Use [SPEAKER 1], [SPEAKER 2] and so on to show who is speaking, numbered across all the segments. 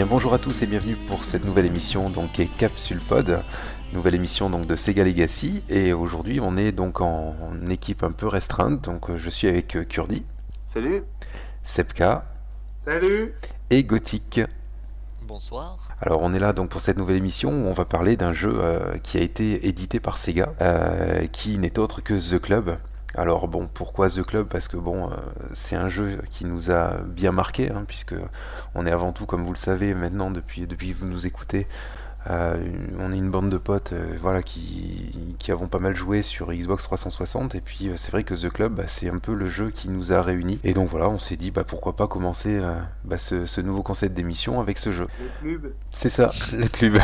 [SPEAKER 1] Eh bonjour à tous et bienvenue pour cette nouvelle émission donc qui est Capsule Pod, nouvelle émission donc de Sega Legacy et aujourd'hui on est donc en, en équipe un peu restreinte donc euh, je suis avec euh, Kurdi,
[SPEAKER 2] Salut
[SPEAKER 1] Sepka
[SPEAKER 2] Salut
[SPEAKER 1] et Gothic.
[SPEAKER 3] Bonsoir.
[SPEAKER 1] Alors on est là donc pour cette nouvelle émission où on va parler d'un jeu euh, qui a été édité par Sega, euh, qui n'est autre que The Club. Alors bon, pourquoi The Club Parce que bon, euh, c'est un jeu qui nous a bien marqué, hein, puisque on est avant tout, comme vous le savez maintenant depuis depuis que vous nous écoutez, euh, une- on est une bande de potes, euh, voilà, qui qui avons pas mal joué sur Xbox 360. Et puis euh, c'est vrai que The Club, bah, c'est un peu le jeu qui nous a réunis. Et donc voilà, on s'est dit, bah pourquoi pas commencer euh, bah, ce- ce nouveau concept d'émission avec ce jeu.
[SPEAKER 2] Le club
[SPEAKER 1] C'est ça, le club.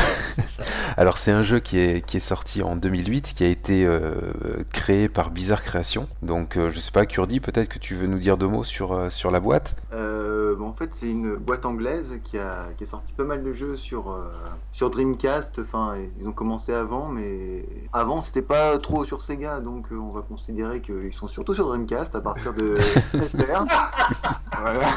[SPEAKER 3] ça.
[SPEAKER 1] Alors c'est un jeu qui est, qui est sorti en 2008, qui a été euh, créé par Bizarre Création. Donc euh, je sais pas, Kurdi, peut-être que tu veux nous dire deux mots sur, euh, sur la boîte
[SPEAKER 2] Euh, bon, en fait, c'est une boîte anglaise qui a, qui a sorti pas mal de jeux sur, euh, sur Dreamcast. Enfin, ils ont commencé avant, mais avant, c'était pas trop sur Sega. Donc, euh, on va considérer qu'ils sont surtout sur Dreamcast à partir de SR. voilà.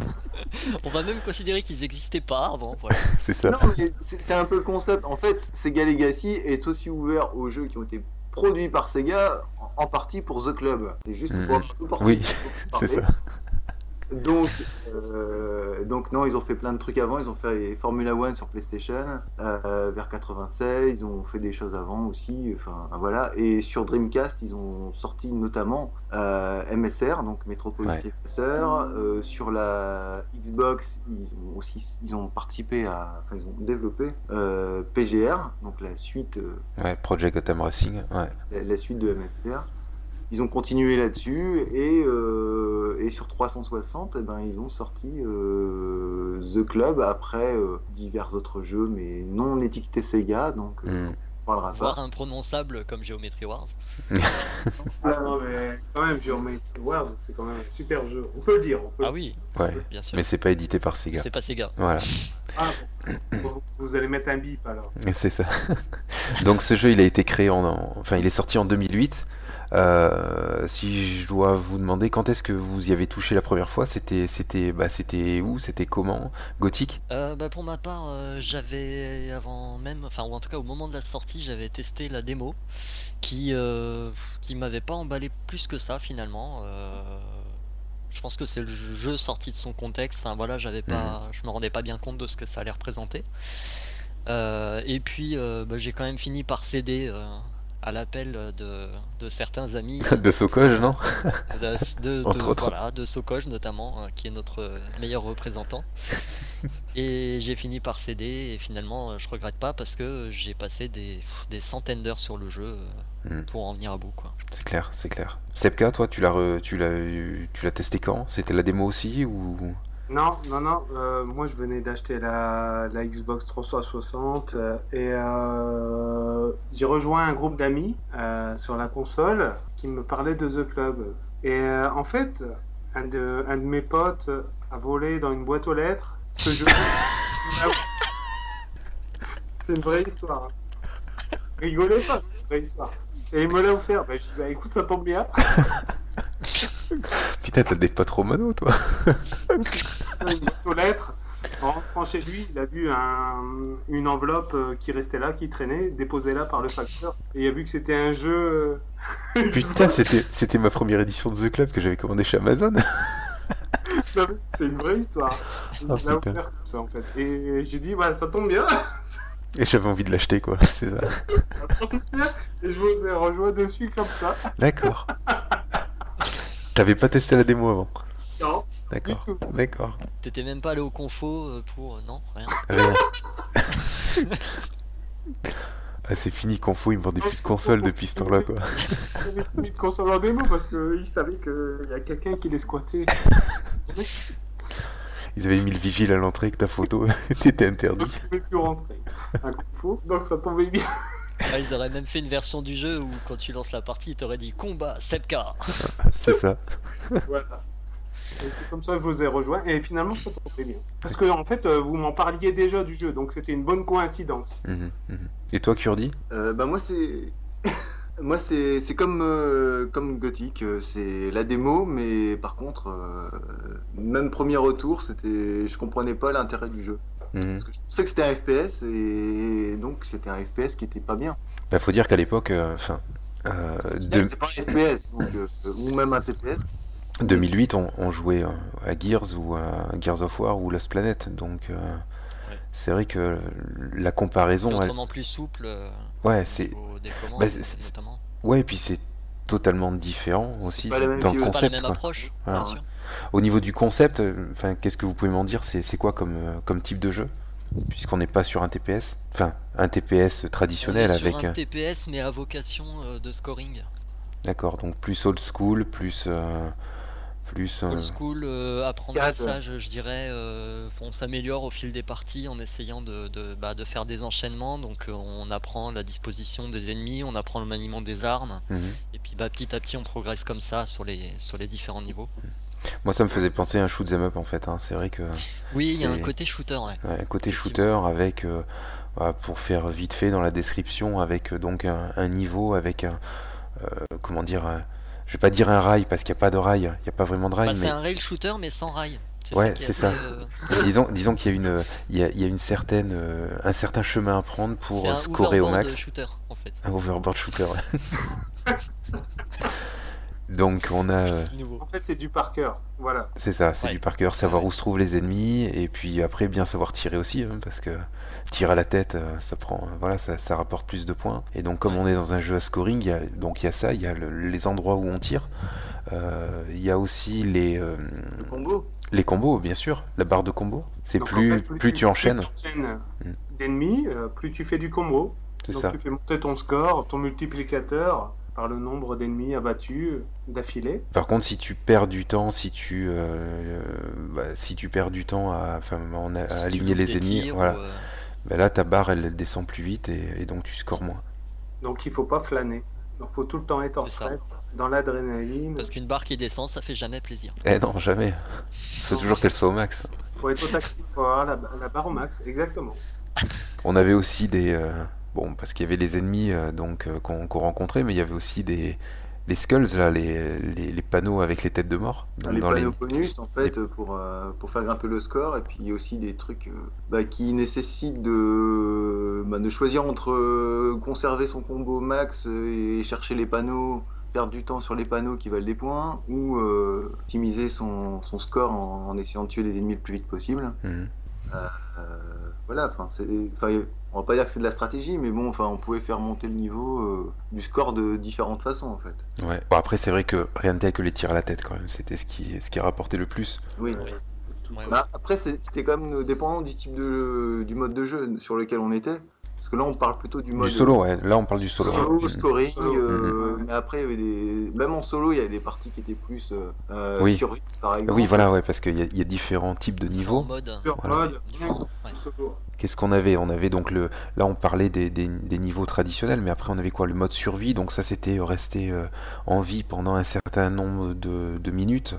[SPEAKER 3] On va même considérer qu'ils n'existaient pas avant. Voilà.
[SPEAKER 1] C'est ça.
[SPEAKER 2] Non, mais c'est c'est un peu le concept. En fait, Sega Legacy est aussi ouvert aux jeux qui ont été produits par Sega en- en partie pour The Club. C'est juste
[SPEAKER 1] Mhm.
[SPEAKER 2] pour avoir l'opportunité
[SPEAKER 1] Oui,
[SPEAKER 2] de
[SPEAKER 1] c'est
[SPEAKER 2] parler.
[SPEAKER 1] ça.
[SPEAKER 2] Donc, euh, donc non, ils ont fait plein de trucs avant. Ils ont fait Formula One sur PlayStation euh, vers 96. Ils ont fait des choses avant aussi. Enfin, voilà. Et sur Dreamcast, ils ont sorti notamment euh, MSR, donc Metropolis
[SPEAKER 1] Ouais.
[SPEAKER 2] Racer. Euh, sur la Xbox, ils ont aussi, ils ont participé à, enfin, ils ont développé euh, PGR, donc la suite euh,
[SPEAKER 1] Ouais, Project Gotham Racing. Ouais.
[SPEAKER 2] la, la suite de MSR. Ils ont continué là-dessus et, euh, et sur 360, eh ben, ils ont sorti euh, The Club après euh, divers autres jeux, mais non étiquetés Sega, donc euh,
[SPEAKER 1] Hmm.
[SPEAKER 2] on parlera pas.
[SPEAKER 3] Voire imprononçable comme Geometry Wars.
[SPEAKER 4] Ah non, mais quand même, Geometry Wars, c'est quand même un super jeu. On peut le dire. On peut
[SPEAKER 3] Ah
[SPEAKER 4] le-
[SPEAKER 3] oui,
[SPEAKER 1] Ouais.
[SPEAKER 3] bien sûr.
[SPEAKER 1] Mais c'est pas édité par Sega.
[SPEAKER 3] C'est pas Sega.
[SPEAKER 1] Voilà,
[SPEAKER 4] Ah, bon. vous, vous allez mettre un bip alors.
[SPEAKER 1] c'est ça. Donc ce jeu, il a été créé en, en- enfin, il est sorti en 2008. Euh, si je dois vous demander quand est-ce que vous y avez touché la première fois, c'était c'était bah c'était où, c'était comment, gothique.
[SPEAKER 3] Euh, bah, pour ma part, euh, j'avais avant même, enfin ou en tout cas au moment de la sortie, j'avais testé la démo qui euh, qui m'avait pas emballé plus que ça finalement. Euh, je pense que c'est le jeu sorti de son contexte. Enfin voilà, j'avais pas, je me rendais pas bien compte de ce que ça allait représenter. Euh, et puis euh, bah, j'ai quand même fini par céder euh, à l'appel de, de certains amis
[SPEAKER 1] De Sokoj, non
[SPEAKER 3] de, de,
[SPEAKER 1] Entre
[SPEAKER 3] de-
[SPEAKER 1] autres.
[SPEAKER 3] voilà, de Sokoj notamment, euh, qui est notre euh, meilleur représentant. et j'ai fini par céder et finalement euh, je regrette pas parce que j'ai passé des, des centaines d'heures sur le jeu euh,
[SPEAKER 1] Mm.
[SPEAKER 3] pour en venir à bout quoi.
[SPEAKER 1] C'est clair, c'est clair. Sepka, toi, tu l'as, re- tu l'as, eu- tu l'as testé quand C'était la démo aussi ou
[SPEAKER 4] Non, non, non. euh, moi, je venais d'acheter la, la Xbox 360 euh, et euh, j'ai rejoint un groupe d'amis euh, sur la console qui me parlait de The Club. Et euh, en fait, un de, un de mes potes a volé dans une boîte aux lettres ce jeu. C'est une vraie histoire. hein. Rigolez pas, c'est une vraie histoire. Et il me l'a offert. Bah, je dis, bah, écoute, ça tombe bien.
[SPEAKER 1] Putain, t'as des potes romano, toi.
[SPEAKER 4] une boîte aux lettres. En rentrant chez lui, il a vu un- une enveloppe euh, qui restait là, qui traînait, déposée là par le facteur. Et il a vu que c'était un jeu. euh,
[SPEAKER 1] Putain, c'était, c'était ma première édition de The Club que j'avais commandée chez Amazon.
[SPEAKER 4] Non, mais C'est une vraie histoire. Il
[SPEAKER 1] Oh,
[SPEAKER 4] l'a
[SPEAKER 1] putain.
[SPEAKER 4] ouvert comme ça en fait. Et j'ai dit, bah ça tombe bien.
[SPEAKER 1] Et j'avais envie de l'acheter, quoi. C'est ça.
[SPEAKER 4] ça tombe bien. Et je vous ai rejoint dessus comme ça.
[SPEAKER 1] D'accord. T'avais pas testé la démo avant.
[SPEAKER 4] Non, du
[SPEAKER 1] D'accord.
[SPEAKER 4] tout.
[SPEAKER 1] D'accord.
[SPEAKER 3] T'étais même pas allé au confo euh, pour non rien.
[SPEAKER 1] Rien. Ah, c'est fini, Confo, ils me vendaient plus de console depuis ce temps-là, quoi.
[SPEAKER 4] J'avais mis de console en démo parce qu'il savait qu'il y a quelqu'un qui les squattait.
[SPEAKER 1] Ils avaient mis le vigile à l'entrée avec ta photo. T'étais
[SPEAKER 4] Donc
[SPEAKER 1] interdit.
[SPEAKER 4] je pouvais plus rentrer. Un coup de fou. Donc ça tombait bien.
[SPEAKER 3] Ah, ils auraient même fait une version du jeu où quand tu lances la partie, ils t'auraient dit combat Sepka.
[SPEAKER 1] C'est ça.
[SPEAKER 4] Voilà. Et c'est comme ça que je vous ai rejoint. Et finalement, ça tombait bien. Parce que, en fait, euh, vous m'en parliez déjà du jeu, donc c'était une bonne coïncidence.
[SPEAKER 1] Mhm, mhm. Et toi, Kurdi
[SPEAKER 2] Euh, bah, moi, c'est. Moi, c'est c'est comme, euh, comme Gothic, euh, c'est la démo, mais par contre, euh, même premier retour, c'était, je comprenais pas l'intérêt du jeu.
[SPEAKER 1] Mhm.
[SPEAKER 2] Parce que je pensais que c'était un FPS et donc c'était un FPS qui était pas bien.
[SPEAKER 1] Bah, faut dire qu'à l'époque, euh, enfin, euh,
[SPEAKER 2] Là,
[SPEAKER 1] de-
[SPEAKER 2] C'est pas un FPS donc, euh, ou même un TPS.
[SPEAKER 1] 2008, on, on jouait euh, à Gears ou à Gears of War ou Lost Planet, donc euh, c'est vrai que la
[SPEAKER 3] C'est
[SPEAKER 1] comparaison, elle-
[SPEAKER 3] autrement plus souple euh,
[SPEAKER 1] ouais, c'est,
[SPEAKER 3] au déploiement,
[SPEAKER 1] bah, c'est- c'est-
[SPEAKER 3] notamment.
[SPEAKER 1] ouais, et puis c'est totalement différent
[SPEAKER 2] C'est
[SPEAKER 1] aussi
[SPEAKER 2] pas la même
[SPEAKER 1] dans le
[SPEAKER 2] philosophie.
[SPEAKER 3] C'est pas la
[SPEAKER 1] concept.
[SPEAKER 3] même
[SPEAKER 1] quoi.
[SPEAKER 3] approche,
[SPEAKER 1] Voilà.
[SPEAKER 3] bien sûr.
[SPEAKER 1] Au niveau du concept, euh, enfin, qu'est-ce que vous pouvez m'en dire C'est c'est quoi comme, euh, comme type de jeu Puisqu'on n'est pas sur un TPS, enfin un TPS traditionnel
[SPEAKER 3] On est sur
[SPEAKER 1] avec,
[SPEAKER 3] un
[SPEAKER 1] euh,
[SPEAKER 3] TPS mais à vocation euh, de scoring.
[SPEAKER 1] d'accord, donc plus old school, plus euh, plus euh,
[SPEAKER 3] Old school, euh,
[SPEAKER 2] Cascade.
[SPEAKER 3] apprentissage, je dirais. euh, on s'améliore au fil des parties en essayant de, de- bah, de faire des enchaînements. Donc euh, on apprend la disposition des ennemis, on apprend le maniement des armes.
[SPEAKER 1] mhm.
[SPEAKER 3] Et puis bah, petit à petit on progresse comme ça sur les, sur les différents niveaux.
[SPEAKER 1] Moi, ça me faisait penser à un shoot 'em up en fait. hein. C'est vrai que
[SPEAKER 3] Oui, il y a un
[SPEAKER 1] C'est- Ah
[SPEAKER 3] côté shooter, ouais.
[SPEAKER 1] Ouais, côté shooter
[SPEAKER 3] Effectivement.
[SPEAKER 1] avec euh, bah, pour faire vite fait dans la description avec euh, donc un, un niveau avec un euh, comment dire un- je vais pas dire un rail parce qu'il n'y a pas de rail, il n'y a pas vraiment de rail
[SPEAKER 3] Bah, c'est
[SPEAKER 1] mais
[SPEAKER 3] un rail shooter mais sans rail.
[SPEAKER 1] Ouais,
[SPEAKER 3] qui est
[SPEAKER 1] c'est ça.
[SPEAKER 3] assez, euh,
[SPEAKER 1] disons disons qu'il y a une il y a, il y a une certaine euh, un certain chemin à prendre pour
[SPEAKER 3] c'est
[SPEAKER 1] euh,
[SPEAKER 3] un
[SPEAKER 1] scorer au
[SPEAKER 3] hoverboard
[SPEAKER 1] max
[SPEAKER 3] shooter en fait.
[SPEAKER 1] un overboard shooter. ouais. donc on a euh,
[SPEAKER 3] C'est nouveau.
[SPEAKER 4] En fait, c'est du par cœur. Voilà.
[SPEAKER 1] c'est ça, c'est
[SPEAKER 3] Ouais.
[SPEAKER 1] du par cœur, savoir
[SPEAKER 3] Ouais.
[SPEAKER 1] où se trouvent les ennemis et puis après bien savoir tirer aussi, hein, parce que tirer à la tête, euh, ça prend, euh, voilà, ça, ça rapporte plus de points. Et donc comme
[SPEAKER 3] Ouais.
[SPEAKER 1] on est dans un jeu à scoring, il y a, donc il y a ça, il y a le- les endroits où on tire, Euh, il y a aussi les euh,
[SPEAKER 2] Le combo.
[SPEAKER 1] les combos, bien sûr, la barre de combo. C'est
[SPEAKER 4] Donc, en
[SPEAKER 1] plus,
[SPEAKER 4] fait,
[SPEAKER 1] plus tu enchaînes,
[SPEAKER 4] t'enchaînes
[SPEAKER 1] Mm.
[SPEAKER 4] d'ennemis, euh, plus tu fais du combo.
[SPEAKER 1] c'est
[SPEAKER 4] Donc
[SPEAKER 1] ça.
[SPEAKER 4] tu fais monter ton score, ton multiplicateur par le nombre d'ennemis abattus d'affilée.
[SPEAKER 1] Par contre, si tu perds du temps, si tu euh, bah, si tu perds du temps à, enfin, en- à
[SPEAKER 3] Si tu
[SPEAKER 1] Euh, aligner
[SPEAKER 3] loupes
[SPEAKER 1] les
[SPEAKER 3] des
[SPEAKER 1] ennemis,
[SPEAKER 3] tirs ou,
[SPEAKER 1] voilà,
[SPEAKER 3] euh,
[SPEAKER 1] bah là ta barre elle descend plus vite et, et donc tu scores moins.
[SPEAKER 4] Donc il faut pas flâner. Donc faut tout le temps être en
[SPEAKER 3] C'est ça.
[SPEAKER 4] stress, dans l'adrénaline.
[SPEAKER 3] Parce qu'une barre qui descend, ça fait jamais plaisir.
[SPEAKER 1] Eh non, jamais. Faut
[SPEAKER 4] Non.
[SPEAKER 1] toujours qu'elle soit au max.
[SPEAKER 4] faut être au tactique pour avoir la, la barre au max. Exactement.
[SPEAKER 1] On avait aussi des. euh, bon, parce qu'il y avait les ennemis euh, donc euh, qu'on qu'on rencontrait, mais il y avait aussi des. Les skulls, là, les, les, les panneaux avec les têtes de mort. Donc,
[SPEAKER 2] Ah, les
[SPEAKER 1] dans les-
[SPEAKER 2] panneaux bonus en fait pour, euh, pour faire grimper le score et puis il y a aussi des trucs euh, bah, qui nécessitent de, bah, de choisir entre euh, conserver son combo max euh, et chercher les panneaux, perdre du temps sur les panneaux qui valent des points ou euh, optimiser son, son score en, en essayant de tuer les ennemis le plus vite possible.
[SPEAKER 1] Mhm.
[SPEAKER 2] Euh, voilà, enfin c'est enfin, on va pas dire que c'est de la stratégie mais bon enfin on pouvait faire monter le niveau euh, du score de différentes façons en fait.
[SPEAKER 1] Ouais. Bon, après, c'est vrai que rien de tel que les tirs à la tête, quand même. C'était ce qui, ce qui rapportait le plus.
[SPEAKER 2] Oui.
[SPEAKER 3] Ouais. Ouais, ouais.
[SPEAKER 2] Bah, après, c'est- c'était quand même dépendant du type de, du mode de jeu sur lequel on était. Parce que là, on parle plutôt du mode
[SPEAKER 1] Du solo, ouais. Là, on parle du solo. Mm-hmm.
[SPEAKER 2] solo,
[SPEAKER 1] ouais. Mhm.
[SPEAKER 2] scoring.
[SPEAKER 4] Solo.
[SPEAKER 2] euh,
[SPEAKER 4] Mhm.
[SPEAKER 2] Mais après, il y avait des... même en solo, il y avait des parties qui étaient plus euh, euh,
[SPEAKER 1] Oui.
[SPEAKER 2] survie, par exemple.
[SPEAKER 1] Oui, voilà, ouais, parce qu'il y, a- il y a différents types de niveaux.
[SPEAKER 3] En mode. euh,
[SPEAKER 4] Sur
[SPEAKER 1] Voilà.
[SPEAKER 4] mode, rien
[SPEAKER 3] différent, Bah, ouais.
[SPEAKER 4] que solo.
[SPEAKER 1] Qu'est-ce qu'on avait On avait donc le. Là, on parlait des, des- des niveaux traditionnels, mais après, on avait quoi Le mode survie. Donc, ça, c'était rester euh, en vie pendant un certain nombre de, de minutes.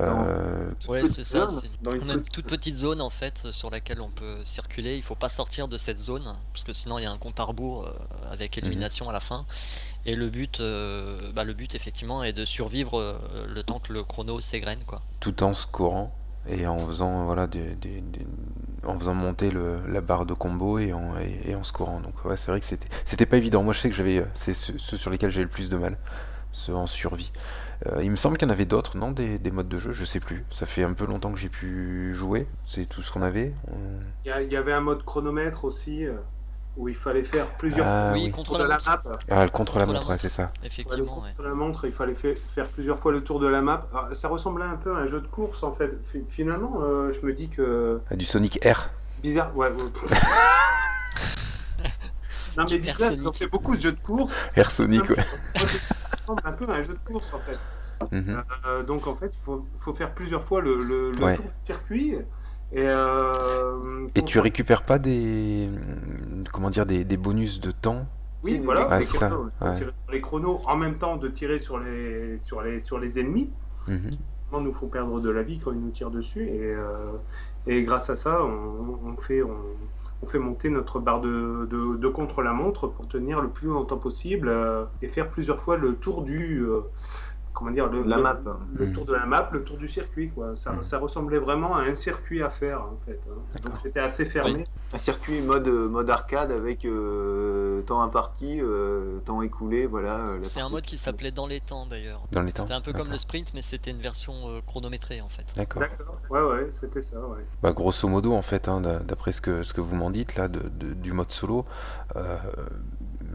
[SPEAKER 1] Euh,
[SPEAKER 3] Ouais,
[SPEAKER 2] Petite
[SPEAKER 3] c'est ça.
[SPEAKER 2] zone,
[SPEAKER 3] c'est-
[SPEAKER 2] dans une
[SPEAKER 3] On a une
[SPEAKER 2] petite-
[SPEAKER 3] toute petite zone en fait sur laquelle on peut circuler. Il faut pas sortir de cette zone parce que sinon il y a un compte à rebours euh, avec
[SPEAKER 1] Mhm.
[SPEAKER 3] élimination à la fin. Et le but, euh, bah, le but effectivement est de survivre euh, le temps que le chrono s'égrène quoi.
[SPEAKER 1] tout en scorant et en faisant euh, voilà des, des- des- en faisant monter le, la barre de combo et en, et, et en scorant. Donc ouais, c'est vrai que c'était c'était pas évident. Moi, je sais que j'avais euh, c'est ce- ceux sur lesquels j'ai le plus de mal, ceux en survie. Euh, il me semble qu'il y en avait d'autres, non des, des modes de jeu, je sais plus. Ça fait un peu longtemps que j'ai pu jouer. C'est tout ce qu'on avait. On-
[SPEAKER 4] Il y, a- il y avait un mode chronomètre aussi euh, où il fallait faire plusieurs
[SPEAKER 1] Ah,
[SPEAKER 4] fois
[SPEAKER 1] oui.
[SPEAKER 3] oui,
[SPEAKER 4] le
[SPEAKER 3] contre
[SPEAKER 4] tour
[SPEAKER 3] la
[SPEAKER 4] de la
[SPEAKER 3] montre,
[SPEAKER 4] map.
[SPEAKER 1] Ah, le contre la
[SPEAKER 3] Contre la
[SPEAKER 1] montre, ouais,
[SPEAKER 3] montre.
[SPEAKER 1] c'est ça.
[SPEAKER 4] Sur le
[SPEAKER 3] effectivement.
[SPEAKER 4] contre
[SPEAKER 3] ouais.
[SPEAKER 4] la montre, il fallait fa- faire plusieurs fois le tour de la map. Alors, ça ressemblait un peu à un jeu de course en fait. Fi- Finalement, euh, je me dis que
[SPEAKER 1] Ah, Du Sonic R.
[SPEAKER 4] bizarre. Ouais. ouais. non mais
[SPEAKER 3] Du
[SPEAKER 4] bizarre,
[SPEAKER 3] Personic.
[SPEAKER 4] on fait beaucoup de jeux de course.
[SPEAKER 1] R Sonic, ouais.
[SPEAKER 4] Ça ressemble un peu à un jeu de course en fait.
[SPEAKER 1] Mhm.
[SPEAKER 4] Euh, donc en fait, il faut, faut faire plusieurs fois le, le- le
[SPEAKER 1] Ouais.
[SPEAKER 4] tour du circuit. Et, euh,
[SPEAKER 1] Et tu récupères pas des mm, comment dire des, des bonus de temps
[SPEAKER 4] Oui, voilà,
[SPEAKER 1] Ouais,
[SPEAKER 4] les,
[SPEAKER 1] c'est ça,
[SPEAKER 4] chronos,
[SPEAKER 1] ouais.
[SPEAKER 4] tirer sur les chronos en même temps de tirer sur les, sur les, sur les ennemis.
[SPEAKER 1] Mhm.
[SPEAKER 4] Ils nous font perdre de la vie quand ils nous tirent dessus. Et, euh, et grâce à ça, on, on fait, on, on fait monter notre barre de, de, de contre-la-montre pour tenir le plus longtemps possible euh, et faire plusieurs fois le tour du, euh, comment dire, le,
[SPEAKER 2] La
[SPEAKER 4] le-
[SPEAKER 2] map.
[SPEAKER 4] le
[SPEAKER 1] Mm.
[SPEAKER 4] tour de la map, le tour du circuit. Quoi. Ça,
[SPEAKER 1] Mm.
[SPEAKER 4] ça ressemblait vraiment à un circuit à faire, en fait. hein. Donc
[SPEAKER 1] D'accord.
[SPEAKER 4] c'était assez fermé.
[SPEAKER 2] Un circuit mode, mode arcade avec euh, temps imparti, euh, temps écoulé, voilà. euh, la
[SPEAKER 3] C'est un
[SPEAKER 2] partie-
[SPEAKER 3] mode qui s'appelait Dans les temps d'ailleurs.
[SPEAKER 1] Dans les temps.
[SPEAKER 3] C'était un peu comme le
[SPEAKER 1] D'accord.
[SPEAKER 3] sprint, mais c'était une version euh, chronométrée en fait.
[SPEAKER 1] D'accord.
[SPEAKER 4] D'accord. Ouais, ouais, c'était ça, ouais.
[SPEAKER 1] Bah, grosso modo, en fait, hein, d'a- d'après ce que, ce que vous m'en dites là, de- de- du mode solo, euh,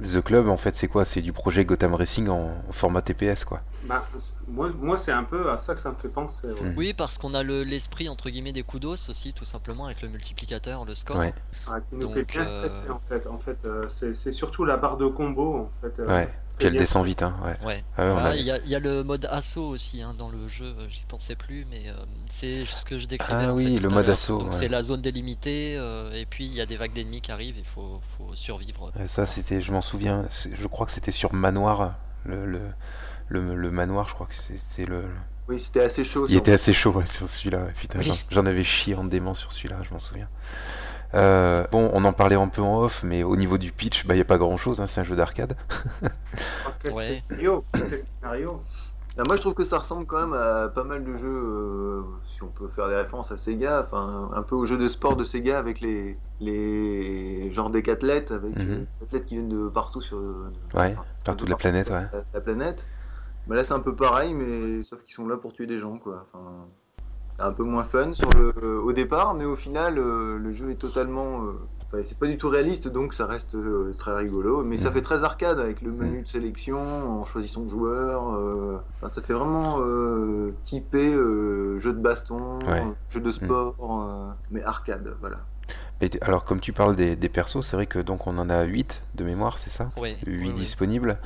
[SPEAKER 1] The Club, en fait, c'est quoi C'est du projet Gotham Racing en format TPS, quoi.
[SPEAKER 4] Bah, c'est- moi, moi c'est un peu à ça que ça me fait penser. ouais.
[SPEAKER 1] Mm.
[SPEAKER 3] Oui, parce qu'on a le- l'esprit entre guillemets des coups d'os aussi, tout simplement, avec le multiplicateur, le score.
[SPEAKER 1] Ouais.
[SPEAKER 4] Ah, qui nous
[SPEAKER 3] Donc,
[SPEAKER 4] fait bien
[SPEAKER 3] euh,
[SPEAKER 4] stresser, en fait. En fait, euh, c'est c'est surtout la barre de combo, en fait. euh,
[SPEAKER 1] Ouais.
[SPEAKER 4] fait
[SPEAKER 1] Puis elle
[SPEAKER 4] bien-
[SPEAKER 1] descend vite, hein. Ouais.
[SPEAKER 3] Ouais.
[SPEAKER 1] Ah ouais, on
[SPEAKER 3] Voilà,
[SPEAKER 1] l'a
[SPEAKER 3] il
[SPEAKER 1] vu.
[SPEAKER 3] y, a- il y a le mode assaut aussi hein, dans le jeu, euh, j'y pensais plus, mais euh, c'est ce que je décrivais.
[SPEAKER 1] Ah
[SPEAKER 3] en
[SPEAKER 1] oui, le
[SPEAKER 3] fait, tout à
[SPEAKER 1] mode
[SPEAKER 3] l'heure.
[SPEAKER 1] assaut,
[SPEAKER 3] Donc
[SPEAKER 1] ouais.
[SPEAKER 3] C'est la zone délimitée, euh, et puis il y a des vagues d'ennemis qui arrivent, il faut, faut survivre.
[SPEAKER 1] Euh, Ça, c'était, je m'en souviens, c'est- je crois que c'était sur Manoir. Le, le, le- le manoir, je crois que c'est- c'était le.
[SPEAKER 2] Oui, c'était assez chaud.
[SPEAKER 1] Il
[SPEAKER 2] ça.
[SPEAKER 1] était assez chaud ouais, sur celui-là. ouais, Putain,
[SPEAKER 3] Oui.
[SPEAKER 1] j'en- j'en avais chié en dément sur celui-là, je m'en souviens. Euh, bon, on en parlait un peu en off, mais au niveau du pitch, bah, il n'y a pas grand-chose. hein, c'est un jeu d'arcade.
[SPEAKER 4] Ah, quel
[SPEAKER 3] Ouais.
[SPEAKER 4] scénario, quel scénario.
[SPEAKER 2] Ah, moi, je trouve que ça ressemble quand même à pas mal de jeux, euh, si on peut faire des références à Sega, enfin, un peu aux jeux de sport de Sega avec les, les genres décathlètes, avec
[SPEAKER 1] Mhm.
[SPEAKER 2] euh, des athlètes qui viennent de partout sur euh,
[SPEAKER 1] Ouais,
[SPEAKER 2] enfin,
[SPEAKER 1] partout de la planète, ouais.
[SPEAKER 2] la, la planète. Mais là, c'est un peu pareil, mais sauf qu'ils sont là pour tuer des gens, quoi. Enfin, c'est un peu moins fun sur le, euh, au départ, mais au final, euh, le jeu est totalement. euh, enfin, c'est pas du tout réaliste, donc ça reste euh, très rigolo. Mais ça
[SPEAKER 1] Mhm.
[SPEAKER 2] fait très arcade avec le
[SPEAKER 1] Mm.
[SPEAKER 2] menu de sélection, en choisissant le joueur. euh, enfin, ça fait vraiment euh, typé euh, jeu de baston,
[SPEAKER 1] Ouais. Mm.
[SPEAKER 2] euh, jeu de sport, euh, mais arcade, voilà.
[SPEAKER 1] Et t- alors, comme tu parles des, des persos, c'est vrai que donc on en a 8 de mémoire, c'est ça
[SPEAKER 3] Ouais.
[SPEAKER 1] 8
[SPEAKER 3] ouais, ouais.
[SPEAKER 1] disponibles,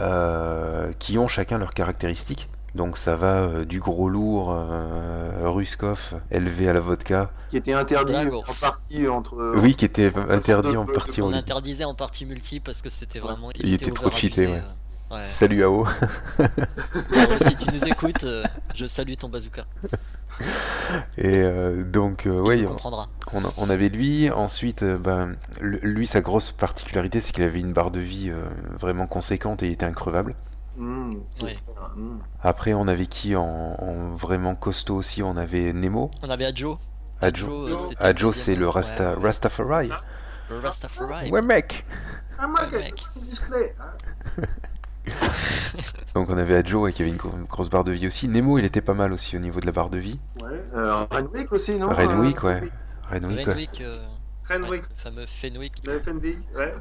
[SPEAKER 1] euh, qui ont chacun leurs caractéristiques. Donc ça va euh, du gros lourd, euh, Ruskov, élevé à la vodka,
[SPEAKER 2] Qui était interdit
[SPEAKER 3] Dragon.
[SPEAKER 2] en partie entre.
[SPEAKER 1] oui, qui était
[SPEAKER 2] on peut
[SPEAKER 1] interdit
[SPEAKER 2] sortir
[SPEAKER 1] en
[SPEAKER 2] de-
[SPEAKER 1] partie
[SPEAKER 2] de-
[SPEAKER 1] en
[SPEAKER 3] On
[SPEAKER 1] ligne.
[SPEAKER 3] interdisait en partie multi parce que c'était vraiment.
[SPEAKER 1] Il était trop
[SPEAKER 3] overabusé,
[SPEAKER 1] cheaté, ouais.
[SPEAKER 3] euh, ouais.
[SPEAKER 1] Salut Ao
[SPEAKER 3] Alors, si tu nous écoutes, euh, je salue ton bazooka.
[SPEAKER 1] Et euh, donc, euh,
[SPEAKER 3] tu
[SPEAKER 1] ouais, on-
[SPEAKER 3] comprendras.
[SPEAKER 1] on, on avait lui. Ensuite, euh, ben, le- lui, sa grosse particularité, c'est qu'il avait une barre de vie euh, vraiment conséquente et il était increvable.
[SPEAKER 2] Mhm, c'est
[SPEAKER 3] Ouais.
[SPEAKER 2] clair, mhm.
[SPEAKER 1] Après, on avait qui en, en vraiment costaud aussi On avait Nemo,
[SPEAKER 3] On avait Adjo.
[SPEAKER 1] Adjo.
[SPEAKER 3] euh, c'était
[SPEAKER 1] Adjo,
[SPEAKER 3] le
[SPEAKER 1] c'est
[SPEAKER 3] deuxième.
[SPEAKER 1] le Rasta,
[SPEAKER 3] Ouais,
[SPEAKER 1] Rastafari.
[SPEAKER 3] le Rastafari.
[SPEAKER 1] Ouais, mec
[SPEAKER 4] Ah, moi,
[SPEAKER 3] Ouais,
[SPEAKER 4] quel-
[SPEAKER 3] mec.
[SPEAKER 4] quel discret. hein.
[SPEAKER 1] Donc, on avait Adjo ouais, qui avait une, gro- une grosse barre de vie aussi. Nemo, il était pas mal aussi au niveau de la barre de vie.
[SPEAKER 4] Ouais.
[SPEAKER 2] Euh, Renwick aussi, non
[SPEAKER 1] Renwick,
[SPEAKER 2] Euh,
[SPEAKER 1] ouais. Renwick, ouais.
[SPEAKER 3] Renwick, euh, ouais,
[SPEAKER 4] Renwick,
[SPEAKER 3] le fameux Fenwick.
[SPEAKER 4] le FNBI, ouais.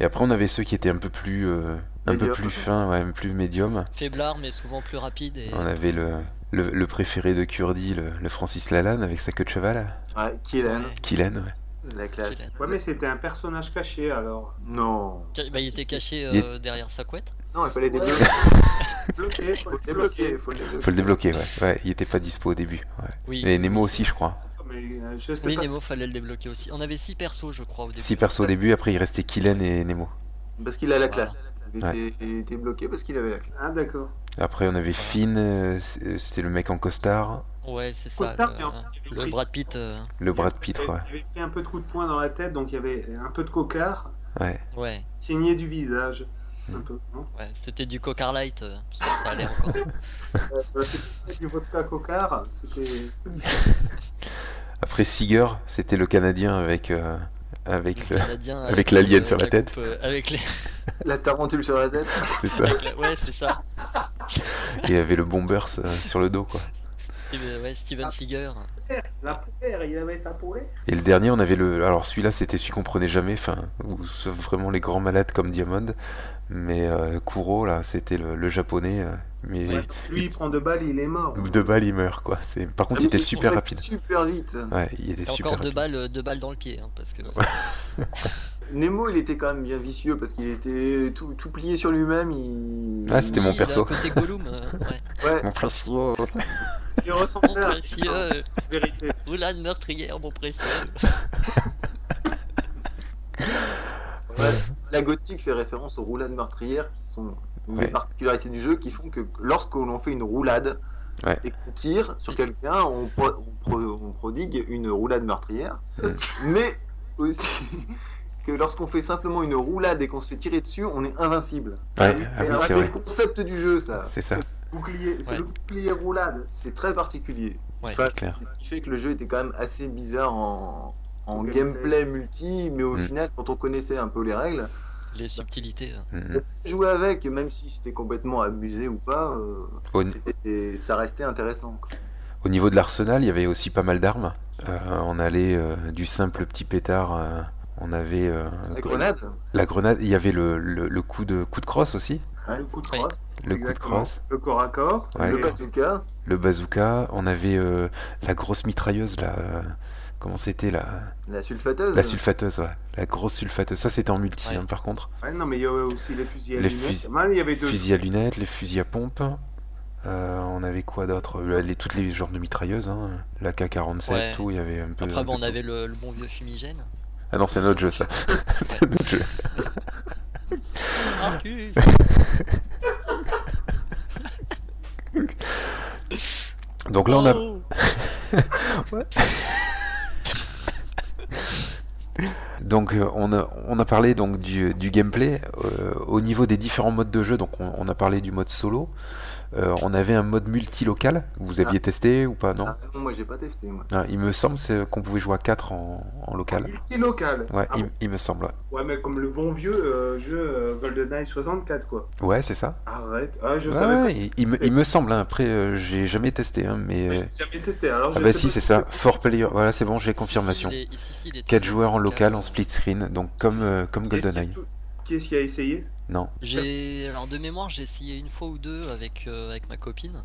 [SPEAKER 1] Et après, on avait ceux qui étaient un peu plus. euh, un peu
[SPEAKER 2] Médium.
[SPEAKER 1] plus fins, ouais, plus médium.
[SPEAKER 3] Faiblard, mais souvent plus rapide. Et...
[SPEAKER 1] On avait le, le, le préféré de Kurdi, le, le Francis Lalanne, avec sa queue de cheval.
[SPEAKER 2] Ouais, Killen,
[SPEAKER 3] Ouais.
[SPEAKER 1] Killen, ouais.
[SPEAKER 2] Ah, la classe.
[SPEAKER 3] Killen.
[SPEAKER 4] Ouais, mais c'était un personnage caché, alors.
[SPEAKER 2] Non.
[SPEAKER 3] Ca- bah, il était caché
[SPEAKER 1] Ah, Il est-
[SPEAKER 3] euh, derrière sa couette.
[SPEAKER 2] Non, il fallait
[SPEAKER 4] Ouais.
[SPEAKER 2] débloquer.
[SPEAKER 4] Bloqué,
[SPEAKER 2] Faut le débloquer, faut le débloquer.
[SPEAKER 1] Faut le débloquer, ouais. Ouais, il était pas dispo au début. Ouais.
[SPEAKER 3] Oui.
[SPEAKER 1] Et Nemo aussi, je crois.
[SPEAKER 4] Mais euh, je sais
[SPEAKER 3] Oui,
[SPEAKER 4] pas
[SPEAKER 3] Nemo, fallait le débloquer aussi. On avait 6 persos, je crois, au début.
[SPEAKER 1] Six persos au début, après, il restait Killen et Nemo.
[SPEAKER 2] Parce qu'il a la
[SPEAKER 3] Voilà.
[SPEAKER 2] classe. Il
[SPEAKER 1] Ouais.
[SPEAKER 2] était, il était bloqué parce qu'il avait la classe.
[SPEAKER 4] si- Ah, d'accord.
[SPEAKER 1] Après, on avait Finn, euh, c- euh, c'était le mec en costard,
[SPEAKER 3] Ouais, c'est ça.
[SPEAKER 4] Costard,
[SPEAKER 3] le-
[SPEAKER 4] mais en fait, il y avait
[SPEAKER 3] Le
[SPEAKER 4] pris-
[SPEAKER 3] Brad Pitt. euh,
[SPEAKER 1] le Brad
[SPEAKER 4] Il
[SPEAKER 1] Pitt,
[SPEAKER 4] avait-
[SPEAKER 1] ouais.
[SPEAKER 4] il avait pris un peu de coups de poing dans la tête, donc il y avait un peu de cocard,
[SPEAKER 1] ouais.
[SPEAKER 3] Ouais,
[SPEAKER 4] saigné du visage. Un peu, non
[SPEAKER 3] ouais. C'était du Cocar Light. euh, parce que ça allait encore.
[SPEAKER 4] Euh, C'était du vodka cocard, c'était.
[SPEAKER 1] Après, Seeger, c'était le Canadien avec, euh,
[SPEAKER 3] Le
[SPEAKER 1] avec le.
[SPEAKER 3] Canadien
[SPEAKER 1] avec l'alien
[SPEAKER 3] euh,
[SPEAKER 1] sur la tête.
[SPEAKER 3] coupe, euh, avec les...
[SPEAKER 2] La tarentule sur la tête.
[SPEAKER 1] C'est ça.
[SPEAKER 3] avec la- Ouais, c'est ça.
[SPEAKER 1] Et il y avait le Bombers euh, sur le dos, quoi.
[SPEAKER 3] Steven- Ouais,
[SPEAKER 4] Ah.
[SPEAKER 3] Steven Seager.
[SPEAKER 4] La poulaire, il avait sa poulaire.
[SPEAKER 1] Et le dernier, on avait le. Alors, celui-là, c'était celui qu'on prenait jamais, enfin, ou sauf vraiment les grands malades comme Diamond. Mais euh, Kuro, là, c'était le, le japonais. euh, mais
[SPEAKER 4] Ouais, Lui, il prend deux balles, il est mort.
[SPEAKER 1] de balle, il meurt, quoi. Ah, C'est... Par contre, il était super rapide.
[SPEAKER 2] Super vite.
[SPEAKER 1] Ouais, il était
[SPEAKER 3] Et encore
[SPEAKER 1] super
[SPEAKER 3] deux
[SPEAKER 1] rapide.
[SPEAKER 3] balles, euh, deux balles dans le pied. hein, parce que...
[SPEAKER 2] Nemo, il était quand même bien vicieux parce qu'il était tout, tout plié sur lui-même. Il...
[SPEAKER 1] Ah, c'était
[SPEAKER 3] Oui,
[SPEAKER 1] mon
[SPEAKER 3] il a
[SPEAKER 1] perso.
[SPEAKER 3] un Côté Gollum. euh, ouais.
[SPEAKER 2] Ouais,
[SPEAKER 1] Mon perso.
[SPEAKER 4] Il ressemblait
[SPEAKER 3] Mon
[SPEAKER 4] à
[SPEAKER 3] précieux.
[SPEAKER 4] la vérité.
[SPEAKER 3] Oula, euh, meurtrière, mon précieux.
[SPEAKER 2] ouais. La gothique fait référence aux roulades meurtrières qui sont une
[SPEAKER 1] Ouais.
[SPEAKER 2] des particularités du jeu qui font que lorsqu'on en fait une roulade
[SPEAKER 1] Ouais.
[SPEAKER 2] et qu'on tire sur quelqu'un, on, pro- on pro- on prodigue une roulade meurtrière. Mais aussi que lorsqu'on fait simplement une roulade et qu'on se fait tirer dessus, on est invincible.
[SPEAKER 1] Ouais, ah
[SPEAKER 2] C'est
[SPEAKER 1] oui,
[SPEAKER 2] un
[SPEAKER 1] c'est
[SPEAKER 2] des
[SPEAKER 1] vrai.
[SPEAKER 2] concepts du jeu, ça.
[SPEAKER 1] C'est ça.
[SPEAKER 2] bouclier, c'est
[SPEAKER 3] Ouais.
[SPEAKER 2] le bouclier roulable. C'est très particulier.
[SPEAKER 3] Ouais.
[SPEAKER 2] Enfin,
[SPEAKER 1] C'est clair.
[SPEAKER 2] c'est ce qui fait que le jeu était quand même assez bizarre en, en
[SPEAKER 4] Gameplay.
[SPEAKER 2] gameplay multi, mais au
[SPEAKER 1] Mm.
[SPEAKER 2] final, quand on connaissait un peu les règles,
[SPEAKER 3] Les subtilités. hein.
[SPEAKER 1] Mhm.
[SPEAKER 2] jouer avec, même si c'était complètement abusé ou pas, euh,
[SPEAKER 1] Au-
[SPEAKER 2] c'était- ça restait intéressant. quoi.
[SPEAKER 1] Au niveau de l'arsenal, il y avait aussi pas mal d'armes. Euh, on allait euh, du simple petit pétard, euh, on avait euh,
[SPEAKER 2] La grenade,
[SPEAKER 1] la grenade, il y avait le, le- le coup de coup de crosse aussi,
[SPEAKER 2] Ouais.
[SPEAKER 4] Le coup de
[SPEAKER 3] Oui.
[SPEAKER 4] crosse,
[SPEAKER 1] le coup de
[SPEAKER 4] Exactement.
[SPEAKER 1] crosse,
[SPEAKER 4] le corps à corps,
[SPEAKER 1] Ouais.
[SPEAKER 2] le
[SPEAKER 4] le-
[SPEAKER 2] bazooka,
[SPEAKER 1] le bazooka, on avait euh, la grosse mitrailleuse là, euh, comment c'était la
[SPEAKER 2] la sulfateuse.
[SPEAKER 1] la sulfateuse, ouais, la grosse sulfateuse. Ça c'était en multi
[SPEAKER 3] Ouais.
[SPEAKER 1] hein, par contre.
[SPEAKER 4] Ouais, non, mais il y avait aussi les fusils à
[SPEAKER 1] Les
[SPEAKER 4] lunettes.
[SPEAKER 1] fusils-
[SPEAKER 4] Même, il y avait deux.
[SPEAKER 1] Fusil à lunettes, les fusils à pompe. Euh, on avait quoi d'autre Euh, les, Toutes les genres de mitrailleuses, hein. la K-47,
[SPEAKER 3] Ouais.
[SPEAKER 1] tout, il y avait un peu...
[SPEAKER 3] Après,
[SPEAKER 1] un peu
[SPEAKER 3] bon, on
[SPEAKER 1] de tout.
[SPEAKER 3] avait le, le bon vieux fumigène.
[SPEAKER 1] Ah non, c'est un autre jeu ça. c'est un autre jeu.
[SPEAKER 3] Marcus
[SPEAKER 1] Donc là on a...
[SPEAKER 3] Oh
[SPEAKER 1] Donc euh, on a, on a parlé donc du, du gameplay euh, au niveau des différents modes de jeu. Donc on, on a parlé du mode solo. Euh, on avait un mode multilocal. Vous aviez testé ou pas Non.
[SPEAKER 2] Ah, non, moi j'ai pas testé. Moi.
[SPEAKER 1] Ah, il me semble c'est qu'on pouvait jouer à 4 en, en local.
[SPEAKER 4] Multilocal.
[SPEAKER 1] Ouais,
[SPEAKER 4] Ah
[SPEAKER 1] il,
[SPEAKER 4] bon
[SPEAKER 1] il me semble. ouais.
[SPEAKER 4] Ouais, mais comme le bon vieux euh, jeu euh, GoldenEye 64, quoi.
[SPEAKER 1] Ouais, c'est ça.
[SPEAKER 4] Arrête. Ah, je
[SPEAKER 1] Ouais,
[SPEAKER 4] savais
[SPEAKER 1] ouais,
[SPEAKER 4] pas.
[SPEAKER 1] il, il me, il me semble. hein. Après, euh, j'ai jamais testé, hein, mais
[SPEAKER 4] Mais
[SPEAKER 1] euh,
[SPEAKER 4] Ah, J'ai jamais testé, alors
[SPEAKER 1] ah
[SPEAKER 4] je
[SPEAKER 1] bah
[SPEAKER 4] sais
[SPEAKER 1] si,
[SPEAKER 4] pas
[SPEAKER 1] c'est
[SPEAKER 4] si-
[SPEAKER 1] ça. Four player. Voilà, c'est bon, j'ai confirmation.
[SPEAKER 3] Ici, il est- ici, il est
[SPEAKER 1] 4
[SPEAKER 3] tout-
[SPEAKER 1] joueurs en local, en
[SPEAKER 3] quatre.
[SPEAKER 1] split screen, donc comme euh, comme
[SPEAKER 4] Qui est-ce qui a
[SPEAKER 1] GoldenEye.
[SPEAKER 4] tout- Qui est-ce qui a essayé
[SPEAKER 1] Non.
[SPEAKER 3] J'ai alors de mémoire j'ai essayé une fois ou deux avec euh, avec ma copine.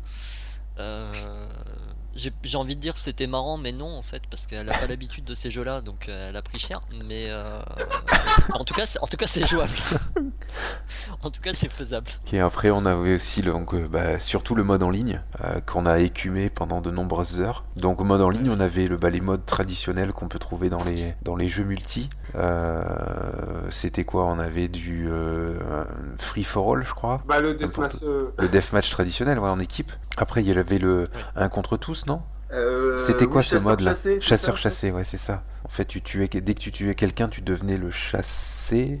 [SPEAKER 3] Euh, j'ai j'ai envie de dire que c'était marrant mais non en fait parce qu'elle a pas l'habitude de ces jeux-là donc euh, elle a pris cher mais euh, en tout cas c'est- en tout cas c'est jouable. en tout cas c'est faisable.
[SPEAKER 1] Ok, après on avait aussi le- donc, euh, bah, surtout le mode en ligne euh, qu'on a écumé pendant de nombreuses heures. Donc au mode en ligne on avait le, bah, les modes traditionnels qu'on peut trouver dans les, dans les jeux multi. Euh, C'était quoi On avait du euh, free for all je crois.
[SPEAKER 4] Bah, le
[SPEAKER 1] N'importe
[SPEAKER 4] Deathmatch. euh,
[SPEAKER 1] Le deathmatch traditionnel ouais, en équipe. Après il y avait le un contre tous non
[SPEAKER 2] Euh,
[SPEAKER 1] C'était quoi
[SPEAKER 2] oui,
[SPEAKER 1] ce mode-là
[SPEAKER 2] chasseur-chassé, c'est
[SPEAKER 1] Chasseur
[SPEAKER 2] ça
[SPEAKER 1] chassé ouais c'est ça. En fait tu tuais dès que tu tuais quelqu'un tu devenais le chassé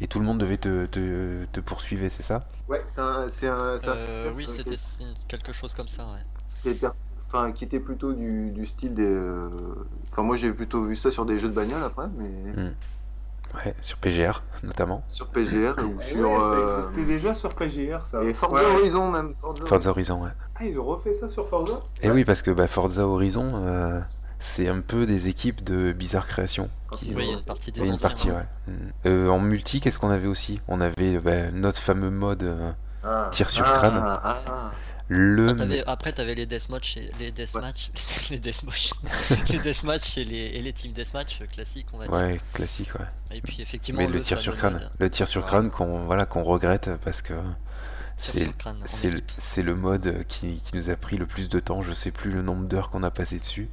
[SPEAKER 1] et tout le monde devait te, te, te poursuivre c'est ça
[SPEAKER 2] Ouais, c'est un, c'est un, c'est un
[SPEAKER 3] Euh,
[SPEAKER 2] système,
[SPEAKER 3] oui
[SPEAKER 2] euh,
[SPEAKER 3] c'était c'est quelque chose comme ça. Ouais.
[SPEAKER 2] qui était, enfin, qui était plutôt du, du style des. euh, Enfin, moi j'ai plutôt vu ça sur des jeux de bagnole après, mais
[SPEAKER 1] Mm. Ouais sur PGR notamment.
[SPEAKER 2] sur PGR ou
[SPEAKER 4] Eh ouais,
[SPEAKER 2] sur.
[SPEAKER 4] ça
[SPEAKER 2] euh,
[SPEAKER 4] existait déjà sur PGR, ça.
[SPEAKER 2] Et Forza
[SPEAKER 4] Ouais.
[SPEAKER 2] Horizon même. Forza
[SPEAKER 1] Forza Horizon ouais.
[SPEAKER 4] Ah, ils ont refait ça sur Forza
[SPEAKER 1] Et oui, parce que bah, Forza Horizon, euh, c'est un peu des équipes de Bizarre Création.
[SPEAKER 2] Quand
[SPEAKER 1] qui
[SPEAKER 2] ils
[SPEAKER 3] Oui, il y a
[SPEAKER 2] ont-
[SPEAKER 3] une partie des
[SPEAKER 1] Et une
[SPEAKER 3] anciens,
[SPEAKER 1] partie,
[SPEAKER 3] hein.
[SPEAKER 1] ouais. Mm. Euh, en multi, qu'est-ce qu'on avait aussi On avait bah, notre fameux mode, euh,
[SPEAKER 2] Ah,
[SPEAKER 1] Tire sur
[SPEAKER 2] ah,
[SPEAKER 1] crâne.
[SPEAKER 2] ah, ah.
[SPEAKER 1] le...
[SPEAKER 3] Ah, t'avais- après, t'avais les deathmatch et les deathmatch, les deathmatch, les deathmatch et les, et les team deathmatch classiques, on va dire.
[SPEAKER 1] Ouais, classique, ouais.
[SPEAKER 3] Et puis effectivement,
[SPEAKER 1] Mais le tir sur
[SPEAKER 3] fameux euh,
[SPEAKER 1] crâne.
[SPEAKER 3] mode,
[SPEAKER 1] Le tir sur
[SPEAKER 3] Ouais.
[SPEAKER 1] crâne qu'on voilà, qu'on regrette parce que
[SPEAKER 3] tir
[SPEAKER 1] c'est...
[SPEAKER 3] sur crâne en
[SPEAKER 1] C'est le,
[SPEAKER 3] équipe.
[SPEAKER 1] c'est le mode qui, qui nous a pris le plus de temps, je sais plus le nombre d'heures qu'on a passé dessus.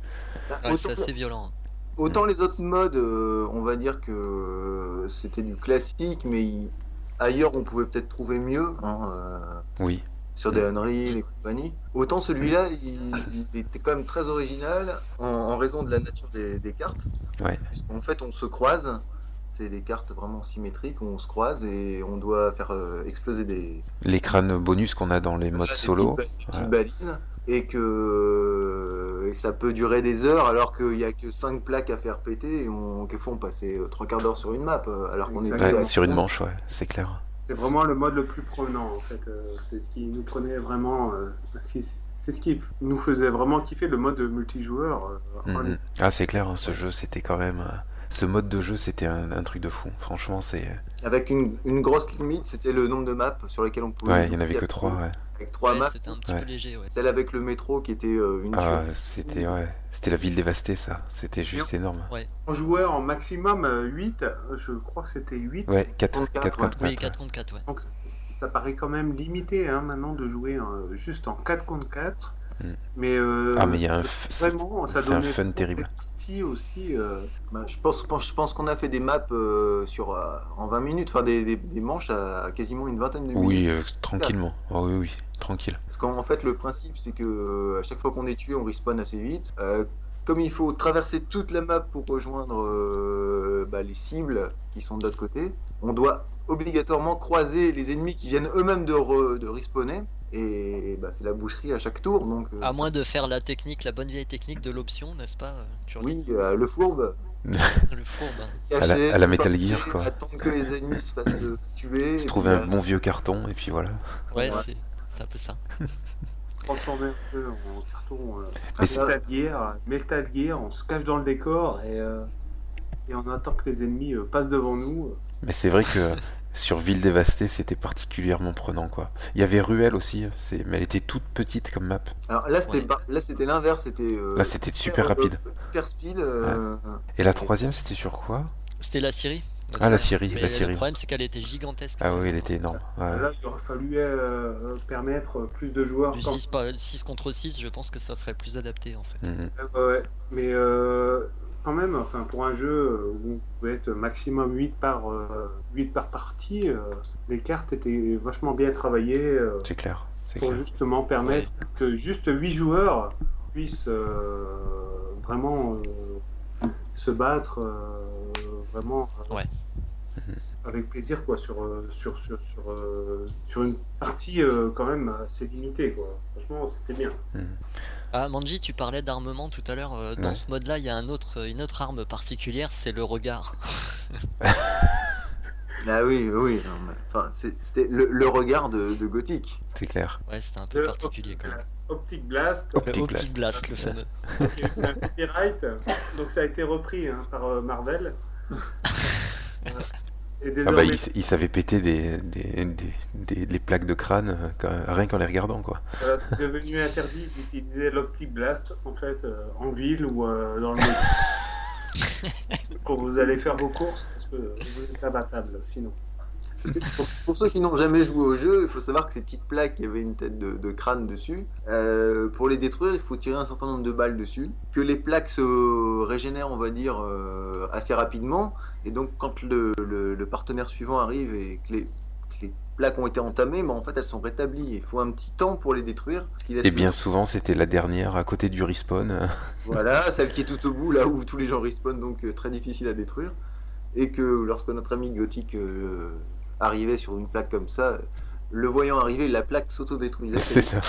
[SPEAKER 2] Bah,
[SPEAKER 3] Ouais, c'est
[SPEAKER 2] autant,
[SPEAKER 3] assez violent.
[SPEAKER 2] autant les autres modes, euh, on va dire que c'était du classique, mais il- ailleurs on pouvait peut-être trouver mieux. hein, euh,
[SPEAKER 1] Oui,
[SPEAKER 2] sur des Unreal et compagnie. Autant celui-là, il, il était quand même très original en, en raison de la nature des, des cartes.
[SPEAKER 1] Ouais.
[SPEAKER 2] En fait, on se croise. C'est des cartes vraiment symétriques, on se croise et on doit faire euh, exploser des,
[SPEAKER 1] les crânes bonus qu'on a dans les modes
[SPEAKER 2] des
[SPEAKER 1] solo.
[SPEAKER 2] petites, ba- des petites
[SPEAKER 1] Ouais.
[SPEAKER 2] balises. Et que euh, et ça peut durer des heures alors qu'il n'y a que 5 plaques à faire péter. Et on, quelquefois, on passait 3 quarts d'heure sur une map euh, alors qu'on
[SPEAKER 4] Exactement.
[SPEAKER 2] était
[SPEAKER 1] Ouais,
[SPEAKER 2] à-
[SPEAKER 1] sur une manche, ouais, c'est clair.
[SPEAKER 4] C'est vraiment le mode le plus prenant en fait. Euh, c'est ce qui nous prenait vraiment. euh, c'est c'est ce qui nous faisait vraiment kiffer le mode multijoueur. euh, en
[SPEAKER 1] Mhm.
[SPEAKER 4] ligne.
[SPEAKER 1] Ah, c'est clair, hein, ce jeu, c'était quand même. euh, Ce mode de jeu, c'était un, un truc de fou. Franchement, c'est. euh,
[SPEAKER 2] Avec une, une grosse limite, c'était le nombre de maps sur lesquelles on pouvait.
[SPEAKER 1] Ouais, il n'y en avait que
[SPEAKER 2] jouer.
[SPEAKER 1] trois, ouais.
[SPEAKER 2] Avec 3
[SPEAKER 3] Ouais,
[SPEAKER 2] maps,
[SPEAKER 3] c'était un petit
[SPEAKER 1] Ouais.
[SPEAKER 3] peu léger, ouais.
[SPEAKER 2] Celle avec le métro qui était euh, une
[SPEAKER 1] Ah,
[SPEAKER 2] tuerie.
[SPEAKER 1] c'était, ouais. C'était la ville dévastée, ça. C'était juste énorme.
[SPEAKER 4] On jouait en maximum 8, je crois que c'était 8.
[SPEAKER 1] Ouais, 4
[SPEAKER 2] 34,
[SPEAKER 1] 4
[SPEAKER 2] ouais.
[SPEAKER 1] contre
[SPEAKER 3] Oui,
[SPEAKER 1] 4.
[SPEAKER 3] 4 contre 4, ouais.
[SPEAKER 4] Donc ça- ça paraît quand même limité hein, maintenant de jouer euh, juste en 4 contre 4.
[SPEAKER 1] Mm.
[SPEAKER 4] Mais, euh,
[SPEAKER 1] Ah, mais il y a un. f- c'est-
[SPEAKER 4] Vraiment, ça
[SPEAKER 1] c'est un
[SPEAKER 4] donnait
[SPEAKER 1] fun
[SPEAKER 4] trop
[SPEAKER 1] terrible.
[SPEAKER 4] de parties aussi. euh,
[SPEAKER 2] Bah, je pense, je pense- je pense qu'on a fait des maps euh, sur, euh, en 20 minutes, enfin des, des- des manches à quasiment une vingtaine de minutes.
[SPEAKER 1] Oui, euh, tranquillement. Oh, oui, oui, tranquille.
[SPEAKER 2] Parce qu'en fait, le principe, c'est que euh, à chaque fois qu'on est tué, on respawn assez vite. Euh, comme il faut traverser toute la map pour rejoindre euh, bah, les cibles qui sont de l'autre côté, on doit obligatoirement croiser les ennemis qui viennent eux-mêmes de, re- de respawner. Et bah, c'est la boucherie à chaque tour. Donc, euh,
[SPEAKER 3] À
[SPEAKER 2] c'est-
[SPEAKER 3] moins de faire la technique, la bonne vieille technique de l'option, n'est-ce pas euh, Turlin
[SPEAKER 2] Oui, euh, le fourbe.
[SPEAKER 3] Le fourbe.
[SPEAKER 1] À la-
[SPEAKER 2] caché,
[SPEAKER 1] à la Metal
[SPEAKER 2] planqué,
[SPEAKER 1] Gear, quoi.
[SPEAKER 2] Attendre que les ennemis se fassent euh, tuer.
[SPEAKER 1] se
[SPEAKER 2] et
[SPEAKER 1] trouver
[SPEAKER 2] puis,
[SPEAKER 1] un
[SPEAKER 2] euh,
[SPEAKER 1] bon vieux carton, et puis voilà.
[SPEAKER 3] Ouais,
[SPEAKER 2] Ouais.
[SPEAKER 3] c'est- c'est un peu ça.
[SPEAKER 4] transformer un peu en carton. euh,
[SPEAKER 1] Mais
[SPEAKER 2] c'est-
[SPEAKER 4] Metal Gear, Metal Gear, on se cache dans le décor et, euh, et on attend que les ennemis euh, passent devant nous.
[SPEAKER 1] Mais c'est vrai que sur Ville dévastée, c'était particulièrement prenant, quoi. Il y avait Ruelle aussi, c'est- mais elle était toute petite comme map.
[SPEAKER 2] Alors là, c'était
[SPEAKER 3] Ouais.
[SPEAKER 2] pas- là, c'était l'inverse. C'était euh,
[SPEAKER 1] Là, c'était super
[SPEAKER 2] euh,
[SPEAKER 1] rapide.
[SPEAKER 2] Hyper speed. euh,
[SPEAKER 1] Et la troisième, c'était sur quoi
[SPEAKER 3] C'était la Syrie.
[SPEAKER 1] Ah, la Syrie, la
[SPEAKER 3] Mais Le
[SPEAKER 1] Syrie.
[SPEAKER 3] problème, c'est qu'elle était gigantesque.
[SPEAKER 1] Ah
[SPEAKER 3] cette
[SPEAKER 1] oui, elle
[SPEAKER 3] montre.
[SPEAKER 1] était énorme. ouais.
[SPEAKER 4] Là, il aurait fallu euh, permettre plus de joueurs.
[SPEAKER 3] Du
[SPEAKER 4] quand-
[SPEAKER 3] 6, par- 6 contre 6, je pense que ça serait plus adapté en fait.
[SPEAKER 1] Mhm.
[SPEAKER 4] Ouais, ouais. mais euh, quand même, enfin, pour un jeu où on pouvait être maximum 8 par, euh, 8 par partie, euh, les cartes étaient vachement bien travaillées euh,
[SPEAKER 1] C'est clair. C'est
[SPEAKER 4] pour
[SPEAKER 1] clair.
[SPEAKER 4] justement permettre que juste 8 joueurs puissent euh, vraiment euh, se battre euh, vraiment euh,
[SPEAKER 3] Ouais.
[SPEAKER 4] avec plaisir quoi, sur, euh, sur, sur, sur, euh, sur une partie euh, quand même assez limitée. Quoi. Franchement, c'était bien.
[SPEAKER 3] Ah, Manji, tu parlais d'armement tout à l'heure. euh, Dans
[SPEAKER 1] Ouais.
[SPEAKER 3] ce mode-là, il y a un autre, une autre arme particulière, c'est le regard.
[SPEAKER 2] Ah oui, oui. non, mais- Enfin, c'est- c'était le, le regard de, de Gothic.
[SPEAKER 1] C'est clair.
[SPEAKER 3] Ouais, c'était un peu
[SPEAKER 4] Le
[SPEAKER 3] particulier quand même.
[SPEAKER 4] Optic Blast.
[SPEAKER 1] Hop.
[SPEAKER 3] Le
[SPEAKER 1] Optic
[SPEAKER 3] Optic Blast, le fameux.
[SPEAKER 4] qui est un copyright, donc ça a été repris hein, par euh, Marvel. Et
[SPEAKER 1] Ah bah,
[SPEAKER 4] désormais,
[SPEAKER 1] il, il savait péter des, des, des, des- les plaques de crâne euh, quand- rien qu'en les regardant, quoi.
[SPEAKER 4] voilà, c'est devenu interdit d'utiliser l'Optic Blast en fait euh, en ville ou euh, dans le métro. quand vous allez faire vos courses parce que vous êtes abattable sinon.
[SPEAKER 2] Parce que Pour, pour ceux qui n'ont jamais joué au jeu, il faut savoir que ces petites plaques qui avaient une tête de, de crâne dessus, euh, pour les détruire, il faut tirer un certain nombre de balles dessus. Que les plaques se régénèrent, on va dire, euh, assez rapidement. Et donc, quand le, le- le partenaire suivant arrive et que les, que les plaques ont été entamées, bah, en fait, elles sont rétablies. Il faut un petit temps pour les détruire. ce qui laisse
[SPEAKER 1] Et Eh bien souvent, c'était la dernière à côté du respawn.
[SPEAKER 2] Voilà, celle qui est tout au bout, là où tous les gens respawnent, donc euh, très difficile à détruire. Et que lorsque notre ami gothique euh, arrivait sur une plaque comme ça, le voyant arriver, la plaque s'autodétruisait.
[SPEAKER 1] C'est ça.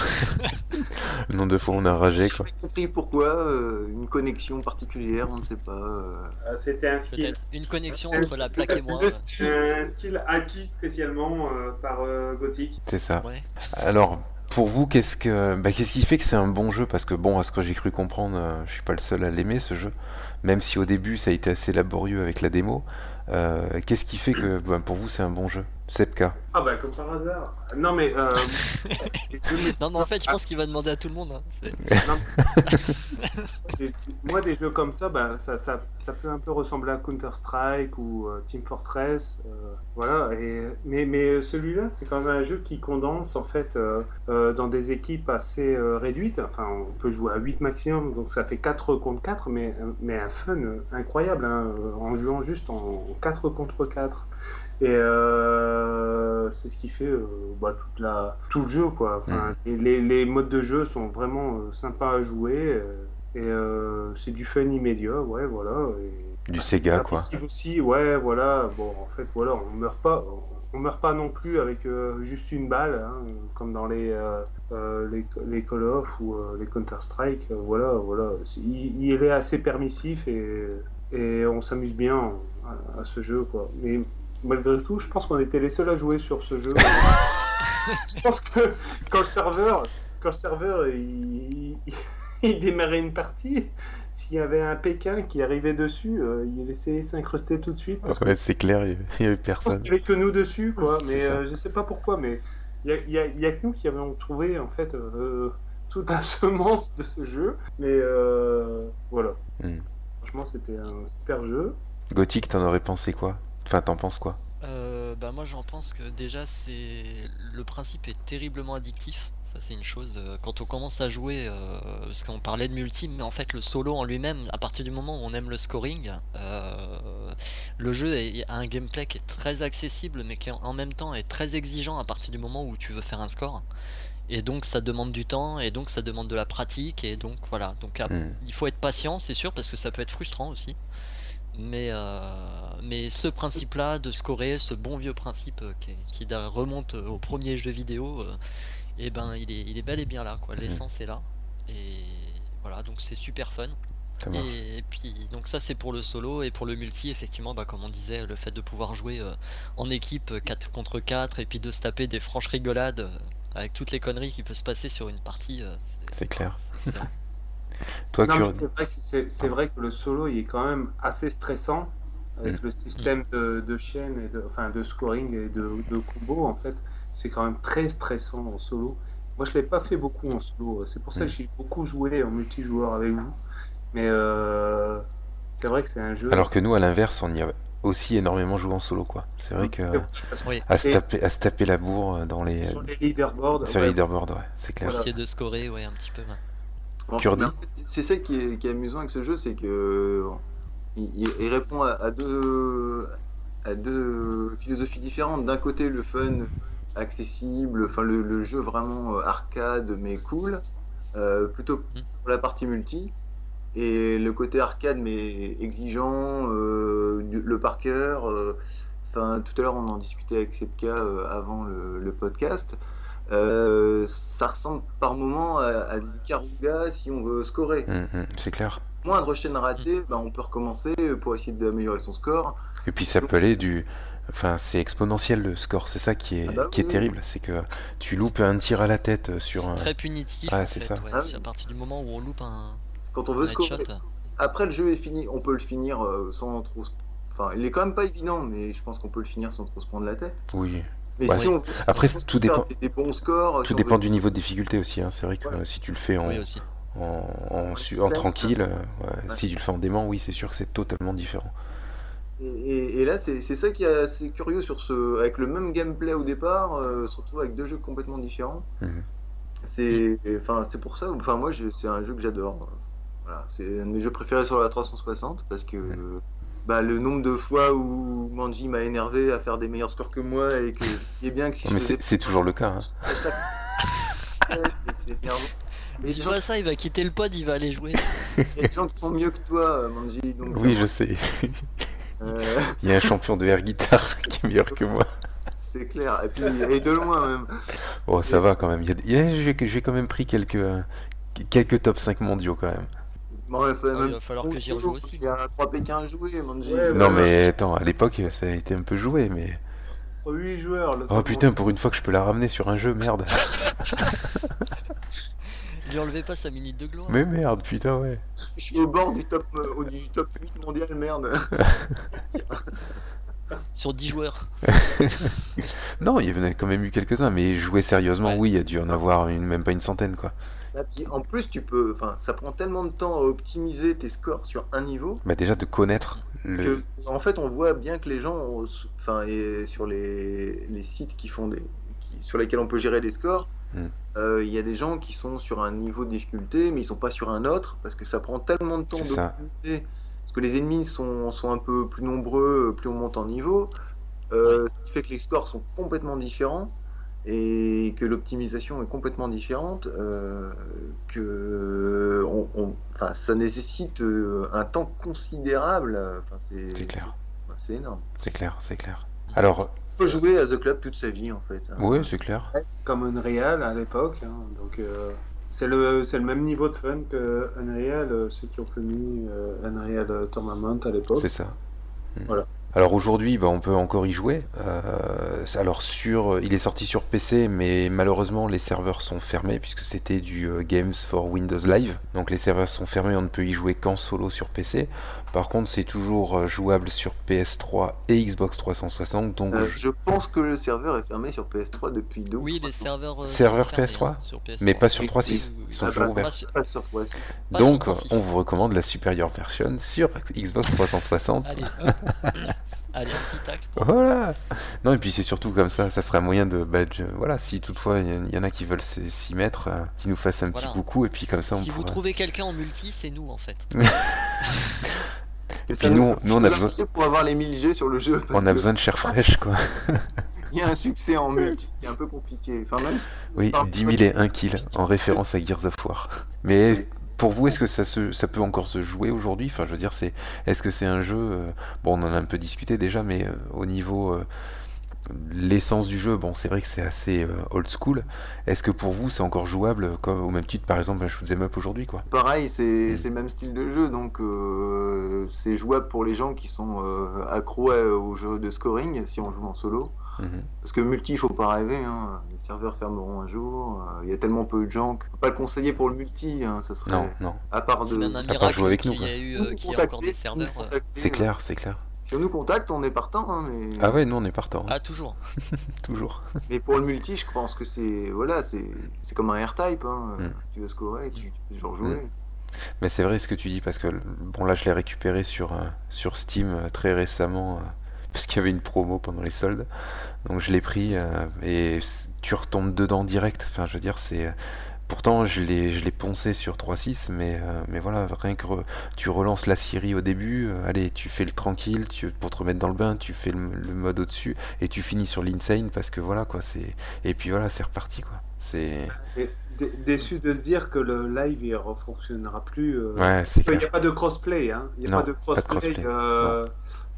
[SPEAKER 1] Le nombre de fois on a ragé,
[SPEAKER 2] J'ai
[SPEAKER 1] quoi.
[SPEAKER 2] pas compris pourquoi, euh, une connexion particulière, on ne sait pas. euh.
[SPEAKER 4] Euh, C'était un skill.
[SPEAKER 3] Peut-être une connexion entre la plaque et moi.
[SPEAKER 4] Un skill- Un skill acquis spécialement euh, par euh, Gothic.
[SPEAKER 1] C'est ça.
[SPEAKER 3] Ouais.
[SPEAKER 1] Alors, pour vous, qu'est-ce que, bah, qu'est-ce qui fait que c'est un bon jeu Parce que bon, à ce que j'ai cru comprendre, euh, je suis pas le seul à l'aimer ce jeu. Même si au début ça a été assez laborieux avec la démo, euh, qu'est-ce qui fait que bah, pour vous c'est un bon jeu Sepka.
[SPEAKER 4] Ah bah comme par hasard. Non mais euh, les jeux
[SPEAKER 3] Non, mais en fait, je pense qu'il va demander à tout le monde. hein. C'est-
[SPEAKER 4] Des- Moi, des jeux comme ça, bah, ça, ça, ça peut un peu ressembler à Counter-Strike ou euh, Team Fortress. euh, voilà. Et, mais mais celui-là, c'est quand même un jeu qui condense, en fait, euh, euh, dans des équipes assez euh, réduites. Enfin, on peut jouer à 8 maximum, donc ça fait 4 contre 4, mais, mais un fun euh, incroyable, hein, euh, en jouant juste en 4 contre 4. Et euh, c'est ce qui fait euh, bah, toute la, tout le jeu. Quoi. Enfin, et les, les modes de jeu sont vraiment euh, sympas à jouer. euh, et euh, c'est du fun immédiat, ouais, voilà. Et...
[SPEAKER 1] Du Sega quoi.
[SPEAKER 4] Impressive aussi, ouais, voilà. Bon, en fait, voilà, on meurt pas, on meurt pas non plus avec euh, juste une balle, hein, comme dans les euh, euh, les, les Call of ou euh, les Counter Strike, euh, voilà, voilà. C'est- Il, il est assez permissif et et on s'amuse bien euh, à, à ce jeu, quoi. Mais malgré tout, je pense qu'on était les seuls à jouer sur ce jeu. je pense que quand le serveur, quand le serveur, il, il- il démarrait une partie. S'il y avait un Pékin qui arrivait dessus, euh, il laissait s'incruster tout de suite. Parce que
[SPEAKER 1] Ouais, c'est clair, il y avait
[SPEAKER 4] je pense
[SPEAKER 1] personne.
[SPEAKER 4] qu'il n'y avait que nous dessus, quoi.
[SPEAKER 1] C'est
[SPEAKER 4] Mais
[SPEAKER 1] ça.
[SPEAKER 4] euh, je sais pas pourquoi, mais il y a, il y a- il y a que nous qui avions trouvé, en fait, euh, toute la semence de ce jeu. Mais euh, voilà.
[SPEAKER 1] Hmm.
[SPEAKER 4] Franchement, c'était un super jeu.
[SPEAKER 1] Gothic, t'en aurais pensé quoi Enfin, t'en penses quoi
[SPEAKER 3] Euh, bah, moi, j'en pense que déjà, c'est le principe est terriblement addictif. Ça, c'est une chose. euh, Quand on commence à jouer, euh, parce qu'on parlait de multi, mais en fait, le solo en lui-même, à partir du moment où on aime le scoring, euh, le jeu est- a un gameplay qui est très accessible, mais qui en- en même temps est très exigeant à partir du moment où tu veux faire un score. Et donc, ça demande du temps, et donc, ça demande de la pratique, et donc, voilà. Donc, à
[SPEAKER 4] Ah.
[SPEAKER 1] Hmm.
[SPEAKER 3] il faut être patient, c'est sûr, parce que ça peut être frustrant aussi. Mais, euh, mais ce principe-là de scorer, ce bon vieux principe euh, qui, qui da- remonte au premier jeu vidéo, et ben il est, il est bel et bien là,
[SPEAKER 1] Mhm.
[SPEAKER 3] quoi. L'essence est là. Et voilà, donc c'est super fun.
[SPEAKER 1] Ça marche.
[SPEAKER 3] Et, puis donc ça c'est pour le solo et pour le multi effectivement bah, comme on disait le fait de pouvoir jouer euh, en équipe euh, 4 contre 4 et puis de se taper des franches rigolades euh, avec toutes les conneries qui peut se passer sur une partie euh,
[SPEAKER 1] C'est clair.
[SPEAKER 3] c'est bien.
[SPEAKER 1] Toi,
[SPEAKER 4] Non,
[SPEAKER 1] Kur-
[SPEAKER 4] mais c'est vrai, que c'est- c'est vrai que le solo il est quand même assez stressant avec
[SPEAKER 1] Mm.
[SPEAKER 4] le système de, de chaîne et de, enfin, de scoring et de, de combo en fait. C'est quand même très stressant en solo. Moi je l'ai pas fait beaucoup en solo. C'est pour ça que
[SPEAKER 1] Mm.
[SPEAKER 4] j'ai beaucoup joué en multijoueur avec vous. Mais euh, c'est vrai que c'est un jeu.
[SPEAKER 1] Alors que nous, à l'inverse, on y a aussi énormément joué en solo, quoi. C'est
[SPEAKER 4] Mm.
[SPEAKER 1] vrai que euh,
[SPEAKER 3] oui
[SPEAKER 1] à se
[SPEAKER 4] Et-
[SPEAKER 1] taper, à se taper la bourre euh, dans les
[SPEAKER 4] sur les leaderboards.
[SPEAKER 1] sur
[SPEAKER 4] ouais,
[SPEAKER 1] les leaderboards, ouais, c'est clair.
[SPEAKER 4] Voilà.
[SPEAKER 3] essayer de scorer ouais un petit peu ouais.
[SPEAKER 2] Alors,
[SPEAKER 1] Kurdi.
[SPEAKER 2] mais en fait, C'est ça qui est, qui est amusant avec ce jeu, c'est que euh, il, il- il répond à, à deux à deux philosophies différentes. D'un côté, le fun accessible, enfin le, le jeu vraiment euh, arcade mais cool, euh, plutôt pour la partie multi. Et le côté arcade mais exigeant, euh, du- le par cœur. euh, Enfin, tout à l'heure, on en discutait avec Sepka euh, avant le, le podcast. Euh, ça ressemble par moment à, à du Karuga si on veut scorer.
[SPEAKER 1] Hum, hum, c'est clair.
[SPEAKER 2] Moindre chaîne ratée, ben, on peut recommencer pour essayer d'améliorer son score.
[SPEAKER 1] Et puis ça peut aller du. Enfin, c'est exponentiel le score, c'est ça qui est,
[SPEAKER 2] Ah bah oui,
[SPEAKER 1] qui est
[SPEAKER 2] oui.
[SPEAKER 1] terrible, c'est que tu loupes un tir à la tête euh, sur
[SPEAKER 3] c'est
[SPEAKER 1] un.
[SPEAKER 3] très punitif
[SPEAKER 1] Ouais,
[SPEAKER 3] en
[SPEAKER 1] c'est
[SPEAKER 3] fait,
[SPEAKER 1] ça.
[SPEAKER 3] ouais,
[SPEAKER 2] Ah,
[SPEAKER 3] c'est à
[SPEAKER 2] oui.
[SPEAKER 3] partir du moment où on loupe un,
[SPEAKER 2] Quand on
[SPEAKER 3] un
[SPEAKER 2] veut
[SPEAKER 3] headshot
[SPEAKER 2] scorer, après le jeu est fini, on peut le finir euh, sans trop. se- Enfin, il est quand même pas évident, mais je pense qu'on peut le finir sans trop se prendre la tête.
[SPEAKER 1] Oui.
[SPEAKER 2] Mais
[SPEAKER 1] Ouais.
[SPEAKER 2] si on veut
[SPEAKER 1] Après,
[SPEAKER 2] si on veut
[SPEAKER 1] tout
[SPEAKER 2] faire
[SPEAKER 1] dépend-
[SPEAKER 2] Des, des bons scores, si
[SPEAKER 1] Tout
[SPEAKER 2] on
[SPEAKER 1] dépend
[SPEAKER 2] veut-
[SPEAKER 1] du niveau de difficulté aussi, hein. c'est vrai que
[SPEAKER 2] Ouais.
[SPEAKER 1] euh, si tu le fais en,
[SPEAKER 3] oui aussi
[SPEAKER 1] en, en su- en
[SPEAKER 2] Certes.
[SPEAKER 1] tranquille, euh, ouais,
[SPEAKER 2] Ouais.
[SPEAKER 1] si tu le fais en dément, oui, c'est sûr que c'est totalement différent.
[SPEAKER 2] Et, et- et là, c'est c'est ça qui est assez curieux sur ce, avec le même gameplay au départ, euh, se retrouve avec deux jeux complètement différents.
[SPEAKER 1] Mhm.
[SPEAKER 2] C'est, enfin, c'est pour ça. Enfin, moi, je- c'est un jeu que j'adore. Voilà, c'est un de mes jeux préférés sur la 360 parce que,
[SPEAKER 1] Mhm.
[SPEAKER 2] bah, le nombre de fois où Manji m'a énervé à faire des meilleurs scores que moi et que je voyais bien que si
[SPEAKER 1] Non,
[SPEAKER 2] je
[SPEAKER 1] mais
[SPEAKER 2] faisais
[SPEAKER 1] c'est c'est toujours le cas. hein.
[SPEAKER 2] pas, c'est énervant. Mais il y
[SPEAKER 3] tu
[SPEAKER 2] a des
[SPEAKER 3] vois ça il va quitter le pod il va aller
[SPEAKER 2] gens-
[SPEAKER 3] jouer
[SPEAKER 2] il y a des gens qui sont mieux que toi, euh, Manji. Donc,
[SPEAKER 1] Oui, je sais.
[SPEAKER 2] euh,
[SPEAKER 1] Il y a un champion de air guitare qui est meilleur que moi.
[SPEAKER 2] c'est clair. Et puis, et de loin même.
[SPEAKER 1] Oh, ça va quand même. Il y a- il y a- J'ai j'ai quand même pris quelques, euh, quelques top 5 mondiaux quand même.
[SPEAKER 2] Bon, il fallait
[SPEAKER 3] Ah,
[SPEAKER 2] même
[SPEAKER 3] il va falloir que j'y
[SPEAKER 2] Bonjour,
[SPEAKER 3] rejoue aussi
[SPEAKER 2] Il y a 3 Pékin à jouer, Manji.
[SPEAKER 4] Ouais, ouais.
[SPEAKER 1] Non, mais attends, à l'époque, ça a été un peu joué, mais.
[SPEAKER 4] c'est Entre 8 joueurs. le
[SPEAKER 1] Oh
[SPEAKER 4] temps
[SPEAKER 1] putain, pour une fois que je peux la ramener sur un jeu, merde.
[SPEAKER 3] lui enlevez pas sa minute de gloire
[SPEAKER 1] Mais merde, putain, ouais.
[SPEAKER 2] Je suis au bord du top, euh, au- du top 8 mondial, merde.
[SPEAKER 3] sur 10 joueurs
[SPEAKER 1] Non, il y en a quand même eu quelques-uns, mais jouer sérieusement,
[SPEAKER 3] Ouais.
[SPEAKER 1] oui, il y a dû en avoir une, même pas une centaine, quoi.
[SPEAKER 2] Là, puis, en plus, tu peux, enfin, ça prend tellement de temps à optimiser tes scores sur un niveau
[SPEAKER 1] Bah, déjà, de connaître le.
[SPEAKER 2] que, en fait, on voit bien que les gens, ont- enfin, et sur les, les sites qui font des, qui- sur lesquels on peut gérer les scores,
[SPEAKER 1] Mm.
[SPEAKER 2] euh, il y a des gens qui sont sur un niveau de difficulté, mais ils sont pas sur un autre parce que ça prend tellement de temps
[SPEAKER 1] C'est ça.
[SPEAKER 2] d'optimiser, parce que les ennemis sont, sont un peu plus nombreux, euh, plus on monte en niveau, euh, ce qui fait que les scores sont complètement différents. et que l'optimisation est complètement différente, euh, que on, on- enfin, ça nécessite euh, un temps considérable. euh, Enfin, c'est
[SPEAKER 1] C'est clair.
[SPEAKER 2] c'est- C'est énorme.
[SPEAKER 1] C'est clair, c'est clair. Alors,
[SPEAKER 2] On peut jouer à The Club toute sa vie en fait. hein.
[SPEAKER 1] ouais, c'est clair.
[SPEAKER 4] Ouais, C'est comme Unreal à l'époque. hein, donc euh, c'est le c'est le même niveau de fun que Unreal, euh, ceux qui ont connu euh, Unreal Tournament à l'époque.
[SPEAKER 1] C'est ça. Mm.
[SPEAKER 4] Voilà.
[SPEAKER 1] Alors aujourd'hui, bah, on peut encore y jouer. Euh, alors sur, il est sorti sur PC, mais malheureusement les serveurs sont fermés puisque c'était du euh, Games for Windows Live. Donc les serveurs sont fermés, on ne peut y jouer qu'en solo sur PC. Par contre, c'est toujours euh, jouable sur PS3 et Xbox 360. Donc
[SPEAKER 2] Euh,
[SPEAKER 1] je-
[SPEAKER 2] je pense que le serveur est fermé sur PS3 depuis deux. ou
[SPEAKER 3] oui
[SPEAKER 2] trois
[SPEAKER 3] les
[SPEAKER 2] ans.
[SPEAKER 3] serveurs euh,
[SPEAKER 1] Serveur
[SPEAKER 3] sont fermés,
[SPEAKER 1] PS3,
[SPEAKER 3] hein, sur PS3
[SPEAKER 1] mais pas sur
[SPEAKER 2] Oui,
[SPEAKER 1] 3.6.
[SPEAKER 3] oui, oui,
[SPEAKER 1] Ils sont
[SPEAKER 2] oui.
[SPEAKER 1] toujours
[SPEAKER 2] Ah bah,
[SPEAKER 1] ouverts.
[SPEAKER 3] Pas sur-
[SPEAKER 2] Pas sur 3.6.
[SPEAKER 3] pas sur
[SPEAKER 1] Donc
[SPEAKER 3] 3.6.
[SPEAKER 1] on vous recommande la supérieure version sur Xbox 360.
[SPEAKER 3] Allez, hop. Allez, un petit tac.
[SPEAKER 1] Voilà. Non, et puis c'est surtout comme ça, ça serait un moyen de badge. Voilà, si toutefois il y en- il y, en a qui veulent s'y s'y mettre, euh, qui nous fassent un petit
[SPEAKER 3] Voilà.
[SPEAKER 1] coucou, et puis comme ça on
[SPEAKER 3] si vous
[SPEAKER 1] pourra-
[SPEAKER 3] trouvez quelqu'un en multi, c'est nous en fait.
[SPEAKER 1] Et
[SPEAKER 2] Ça
[SPEAKER 1] puis nous,
[SPEAKER 2] ça-
[SPEAKER 1] on- nous, on a
[SPEAKER 2] nous
[SPEAKER 1] besoin,
[SPEAKER 2] poussé pour avoir les 1000 G sur le jeu. parce
[SPEAKER 1] on a
[SPEAKER 2] que
[SPEAKER 1] besoin de chair fraîche, quoi.
[SPEAKER 2] Il y a un succès en multi qui est un peu compliqué. Enfin, même si-
[SPEAKER 1] Oui,
[SPEAKER 2] Par-
[SPEAKER 1] 10 000 et 1 kill, en référence à Gears of War. Mais Pour vous, est-ce que ça, se, ça peut encore se jouer aujourd'hui Enfin, je veux dire, c'est, est-ce que c'est un jeu euh, Bon, on en a un peu discuté déjà, mais euh, au niveau euh, l'essence du jeu, bon, c'est vrai que c'est assez euh, old school. Est-ce que pour vous, c'est encore jouable comme, au même titre, par exemple, un shoot'em up aujourd'hui, quoi
[SPEAKER 2] Pareil,
[SPEAKER 1] Mm.
[SPEAKER 2] c'est c'est le même style de jeu, donc euh, c'est jouable pour les gens qui sont euh, accros à- aux jeux de scoring, si on joue en solo.
[SPEAKER 1] Mhm.
[SPEAKER 2] Parce que multi, il faut pas rêver, hein. les serveurs fermeront un jour, euh, il y a tellement peu de gens que faut pas le conseiller pour le multi, hein, ça serait
[SPEAKER 1] Non, non.
[SPEAKER 2] à part
[SPEAKER 3] C'est
[SPEAKER 2] de...
[SPEAKER 3] même un
[SPEAKER 1] part
[SPEAKER 3] miracle
[SPEAKER 1] jouer avec
[SPEAKER 3] qu'il
[SPEAKER 1] nous,
[SPEAKER 3] y
[SPEAKER 1] quoi.
[SPEAKER 3] a eu
[SPEAKER 2] Vous
[SPEAKER 3] euh,
[SPEAKER 2] nous
[SPEAKER 3] qu'il y a encore
[SPEAKER 2] contactez,
[SPEAKER 3] des
[SPEAKER 2] vous nous
[SPEAKER 3] serveurs. euh.
[SPEAKER 2] contactez,
[SPEAKER 1] C'est
[SPEAKER 2] euh,
[SPEAKER 1] clair, c'est clair.
[SPEAKER 2] Si on nous contacte, on est partant, hein, mais...
[SPEAKER 1] Ah ouais, nous on est partant, hein,
[SPEAKER 3] Ah, toujours.
[SPEAKER 1] toujours.
[SPEAKER 2] mais pour le multi, je pense que c'est voilà, c'est c'est comme un R-Type, hein.
[SPEAKER 1] Mm.
[SPEAKER 2] tu veux scorer, tu, tu peux toujours jouer.
[SPEAKER 1] Mais c'est vrai ce que tu dis parce que bon là je l'ai récupéré sur euh, sur Steam euh, très récemment euh, parce qu'il y avait une promo pendant les soldes. Donc je l'ai pris euh, et c- tu retombes dedans direct. Enfin je veux dire c'est euh, pourtant je l'ai je l'ai poncé sur 3.6 mais euh, mais voilà rien que re- tu relances la Syrie au début, euh, allez, tu fais le tranquille, tu pour te remettre dans le bain, tu fais le, le mode au-dessus et tu finis sur l'insane parce que voilà quoi, c'est et puis voilà, c'est reparti quoi. C'est
[SPEAKER 4] Et dé- déçu de se dire que le live il ne fonctionnera plus. euh,
[SPEAKER 1] ouais, c'est
[SPEAKER 4] Parce qu'il
[SPEAKER 1] clair.
[SPEAKER 4] n'y a pas de crossplay, hein. Il n'y a
[SPEAKER 1] Non,
[SPEAKER 4] pas de crossplay,
[SPEAKER 1] crossplay,
[SPEAKER 4] euh,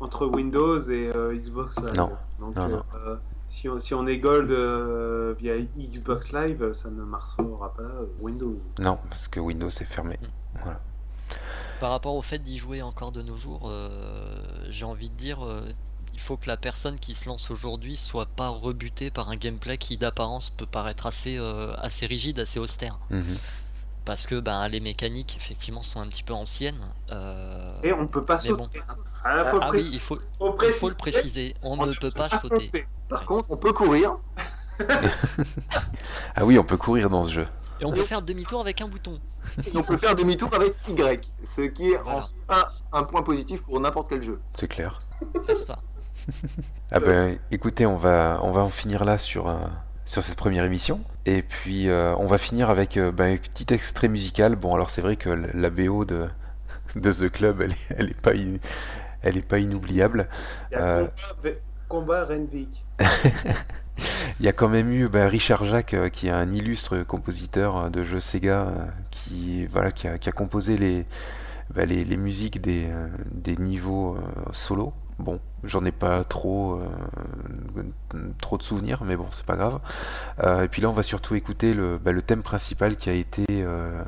[SPEAKER 4] entre Windows et euh, Xbox Live.
[SPEAKER 1] Non,
[SPEAKER 4] Donc,
[SPEAKER 1] non, non.
[SPEAKER 4] euh, si, on, si on est Gold euh, via Xbox Live, ça ne marchera pas euh, Windows.
[SPEAKER 1] Non, parce que Windows est fermé.
[SPEAKER 3] Par rapport au fait d'y jouer encore de nos jours, euh, j'ai envie de dire, euh, il faut que la personne qui se lance aujourd'hui soit pas rebutée par un gameplay qui d'apparence peut paraître assez, euh, assez rigide, assez austère.
[SPEAKER 1] Mhm.
[SPEAKER 3] Parce que ben, les mécaniques, effectivement, sont un petit peu anciennes. euh,
[SPEAKER 4] Et on ne peut pas
[SPEAKER 3] Mais bon.
[SPEAKER 4] sauter. hein. À la fois
[SPEAKER 3] Ah oui,
[SPEAKER 4] précis-
[SPEAKER 3] il faut,
[SPEAKER 4] faut
[SPEAKER 3] il faut le
[SPEAKER 4] préciser,
[SPEAKER 3] préciser, on
[SPEAKER 4] on
[SPEAKER 3] ne peut pas
[SPEAKER 4] pas
[SPEAKER 3] sauter.
[SPEAKER 2] Par contre, on peut courir,
[SPEAKER 1] Ah oui, on peut courir dans ce jeu.
[SPEAKER 3] Et on peut faire demi-tour avec un bouton.
[SPEAKER 2] et on peut faire demi-tour avec Y, ce qui est
[SPEAKER 3] Voilà.
[SPEAKER 2] en soi un point positif pour n'importe quel jeu.
[SPEAKER 1] C'est clair.
[SPEAKER 3] N'est-ce pas
[SPEAKER 1] Ah ben, écoutez, on va, on va en finir là sur, euh, sur cette première émission. Et puis, euh, on va finir avec euh, ben, un petit extrait musical. Bon, alors c'est vrai que l- la BO de, de The Club, elle est, elle est pas, in- elle est pas inoubliable.
[SPEAKER 4] Il y a
[SPEAKER 1] Euh,
[SPEAKER 4] combat, combat Renvik.
[SPEAKER 1] Il y a quand même eu ben, Richard Jacques, euh, qui est un illustre compositeur euh, de jeux Sega, euh, qui, voilà, qui, a, qui a composé les, bah, les, les musiques des, euh, des niveaux euh, solo. Bon, j'en ai pas trop, euh, trop de souvenirs, mais bon, c'est pas grave. Euh, et puis là, on va surtout écouter le, bah, le thème principal qui a été, euh,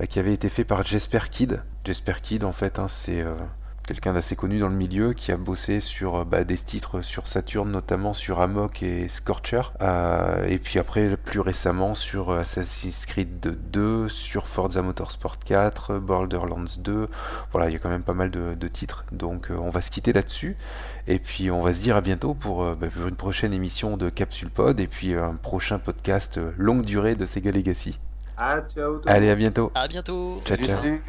[SPEAKER 1] bah, qui avait été fait par Jesper Kidd. Jesper Kidd, en fait, hein, c'est euh, quelqu'un d'assez connu dans le milieu qui a bossé sur euh, bah, des titres sur Saturn, notamment sur Amok et Scorcher. Euh, et puis après, plus récemment, sur euh, Assassin's Creed 2, sur Forza Motorsport 4, Borderlands 2. Voilà, il y a quand même pas mal de, de titres. Donc euh, on va se quitter là-dessus. Et puis on va se dire à bientôt pour, euh, bah, pour une prochaine émission de Capsule Pod et puis un prochain podcast euh, longue durée de Sega Legacy.
[SPEAKER 4] Ah, ciao. tout le
[SPEAKER 1] Allez, à bientôt.
[SPEAKER 3] À bientôt
[SPEAKER 1] Ciao, ciao.
[SPEAKER 2] Salut.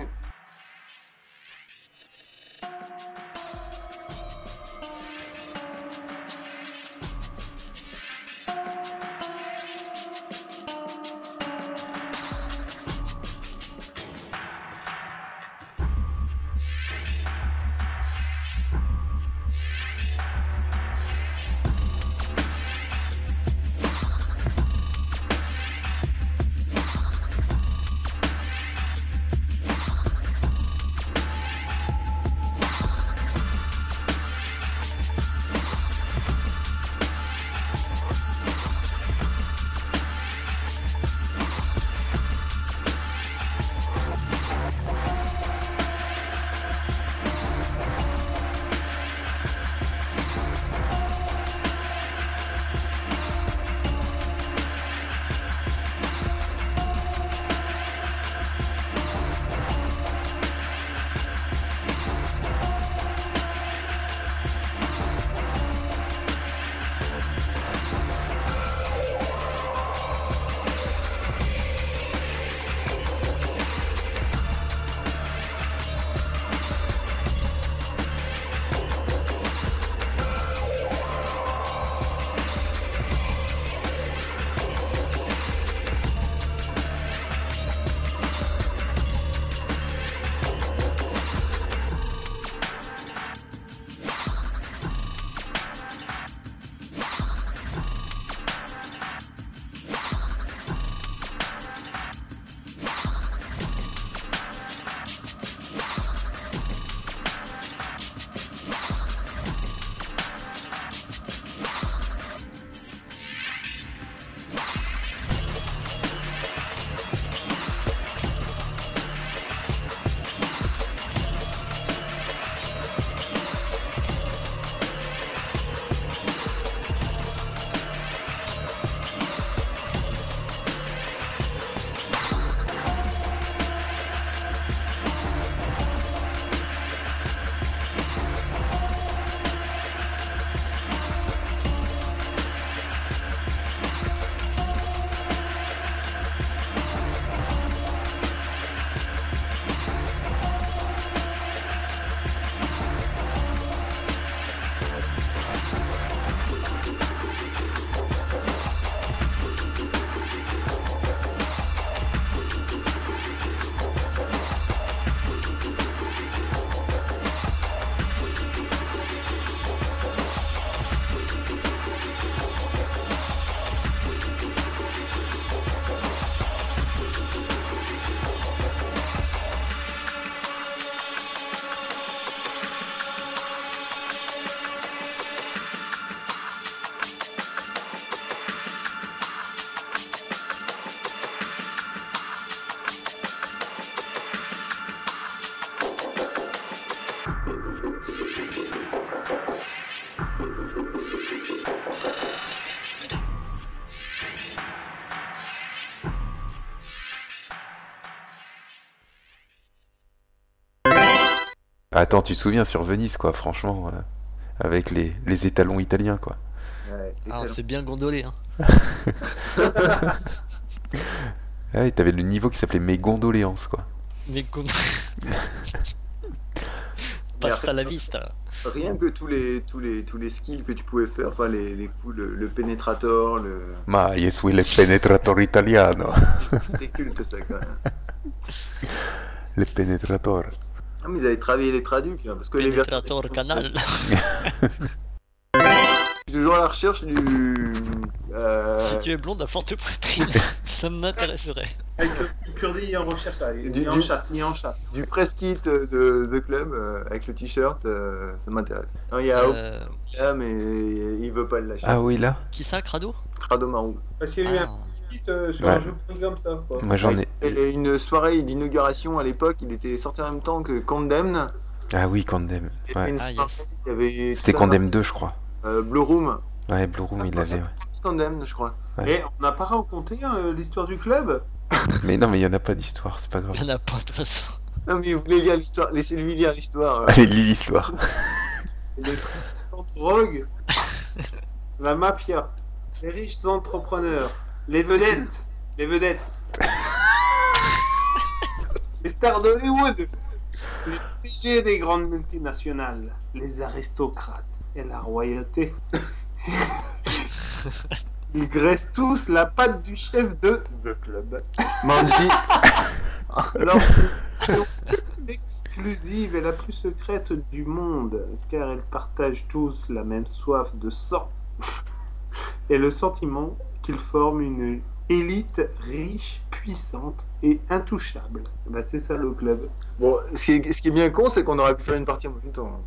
[SPEAKER 1] Attends, tu te souviens sur Venise, quoi, franchement, euh, avec les, les étalons italiens, quoi.
[SPEAKER 2] Ouais,
[SPEAKER 3] Ah, on
[SPEAKER 2] étalon.
[SPEAKER 3] s'est bien gondolé. Hein.
[SPEAKER 1] Ouais, et Ah t'avais le niveau qui s'appelait Mes Gondoléances, quoi.
[SPEAKER 3] Mais con-
[SPEAKER 2] Mais
[SPEAKER 3] Basta
[SPEAKER 2] après-
[SPEAKER 3] la vista.
[SPEAKER 2] Rien que tous les, tous, les, tous les skills que tu pouvais faire, enfin les, les coups, le, le pénétrator, le...
[SPEAKER 1] Ma, io sono il penetratore italiano.
[SPEAKER 2] c'était culte ça quand même.
[SPEAKER 1] Le penetratore.
[SPEAKER 2] Ah, mais ils avaient travaillé les traducs, hein, parce que les versions-
[SPEAKER 3] Penetrator canal.
[SPEAKER 2] Je suis toujours à la recherche du. euh,
[SPEAKER 3] Si tu es blonde à forte poitrine, ça m'intéresserait.
[SPEAKER 4] Avec le Kurdi, il en recherche, là. Il,
[SPEAKER 2] Du-
[SPEAKER 4] il en
[SPEAKER 2] du-
[SPEAKER 4] chasse, il en chasse.
[SPEAKER 2] Du press kit de The Club euh, avec le t-shirt, euh, ça m'intéresse. Non, Il y a Oka,
[SPEAKER 3] Euh,
[SPEAKER 2] mais il veut pas le lâcher.
[SPEAKER 1] Ah oui, là
[SPEAKER 3] qui ça, Crado
[SPEAKER 2] Crado marron.
[SPEAKER 4] Parce qu'il y a eu un
[SPEAKER 3] Ah.
[SPEAKER 4] petit kit euh, sur
[SPEAKER 1] Ouais.
[SPEAKER 4] un jeu pourri comme ça, quoi.
[SPEAKER 1] Moi j'en ai.
[SPEAKER 2] Il y a une soirée d'inauguration à l'époque, il était sorti en même temps que Condemn.
[SPEAKER 1] Ah oui, Condem.
[SPEAKER 2] Il
[SPEAKER 1] Ouais.
[SPEAKER 2] fait une
[SPEAKER 3] Ah,
[SPEAKER 2] soirée,
[SPEAKER 3] yes.
[SPEAKER 2] il y avait
[SPEAKER 1] C'était
[SPEAKER 2] tout un-
[SPEAKER 1] Condem 2, je crois.
[SPEAKER 2] euh, Blue Room.
[SPEAKER 1] Ouais, Blue Room, il l'avait. ouais.
[SPEAKER 2] Condemn, je crois.
[SPEAKER 1] Ouais.
[SPEAKER 4] Et on n'a pas raconté euh, l'histoire du club
[SPEAKER 1] Mais non, mais il n'y en a pas d'histoire, c'est pas grave.
[SPEAKER 3] Il y en a pas de toute façon.
[SPEAKER 2] Non, mais vous voulez lire l'histoire, laissez-lui lire l'histoire. euh.
[SPEAKER 1] Allez, lis l'histoire.
[SPEAKER 4] les trafiquants de drogue, la mafia, les riches entrepreneurs, les vedettes, les vedettes, les stars d'Hollywood, les PG des grandes multinationales, les aristocrates et la royauté. Ils graissent tous la patte du chef de The Club.
[SPEAKER 2] Manji,
[SPEAKER 4] Alors, l'exclusive et la plus secrète du monde, car elles partagent tous la même soif de sang et le sentiment qu'ils forment une élite riche, puissante et intouchable. Bah, c'est ça le club.
[SPEAKER 2] bon, ce qui est, ce qui est bien con, c'est qu'on aurait pu faire une partie en même temps.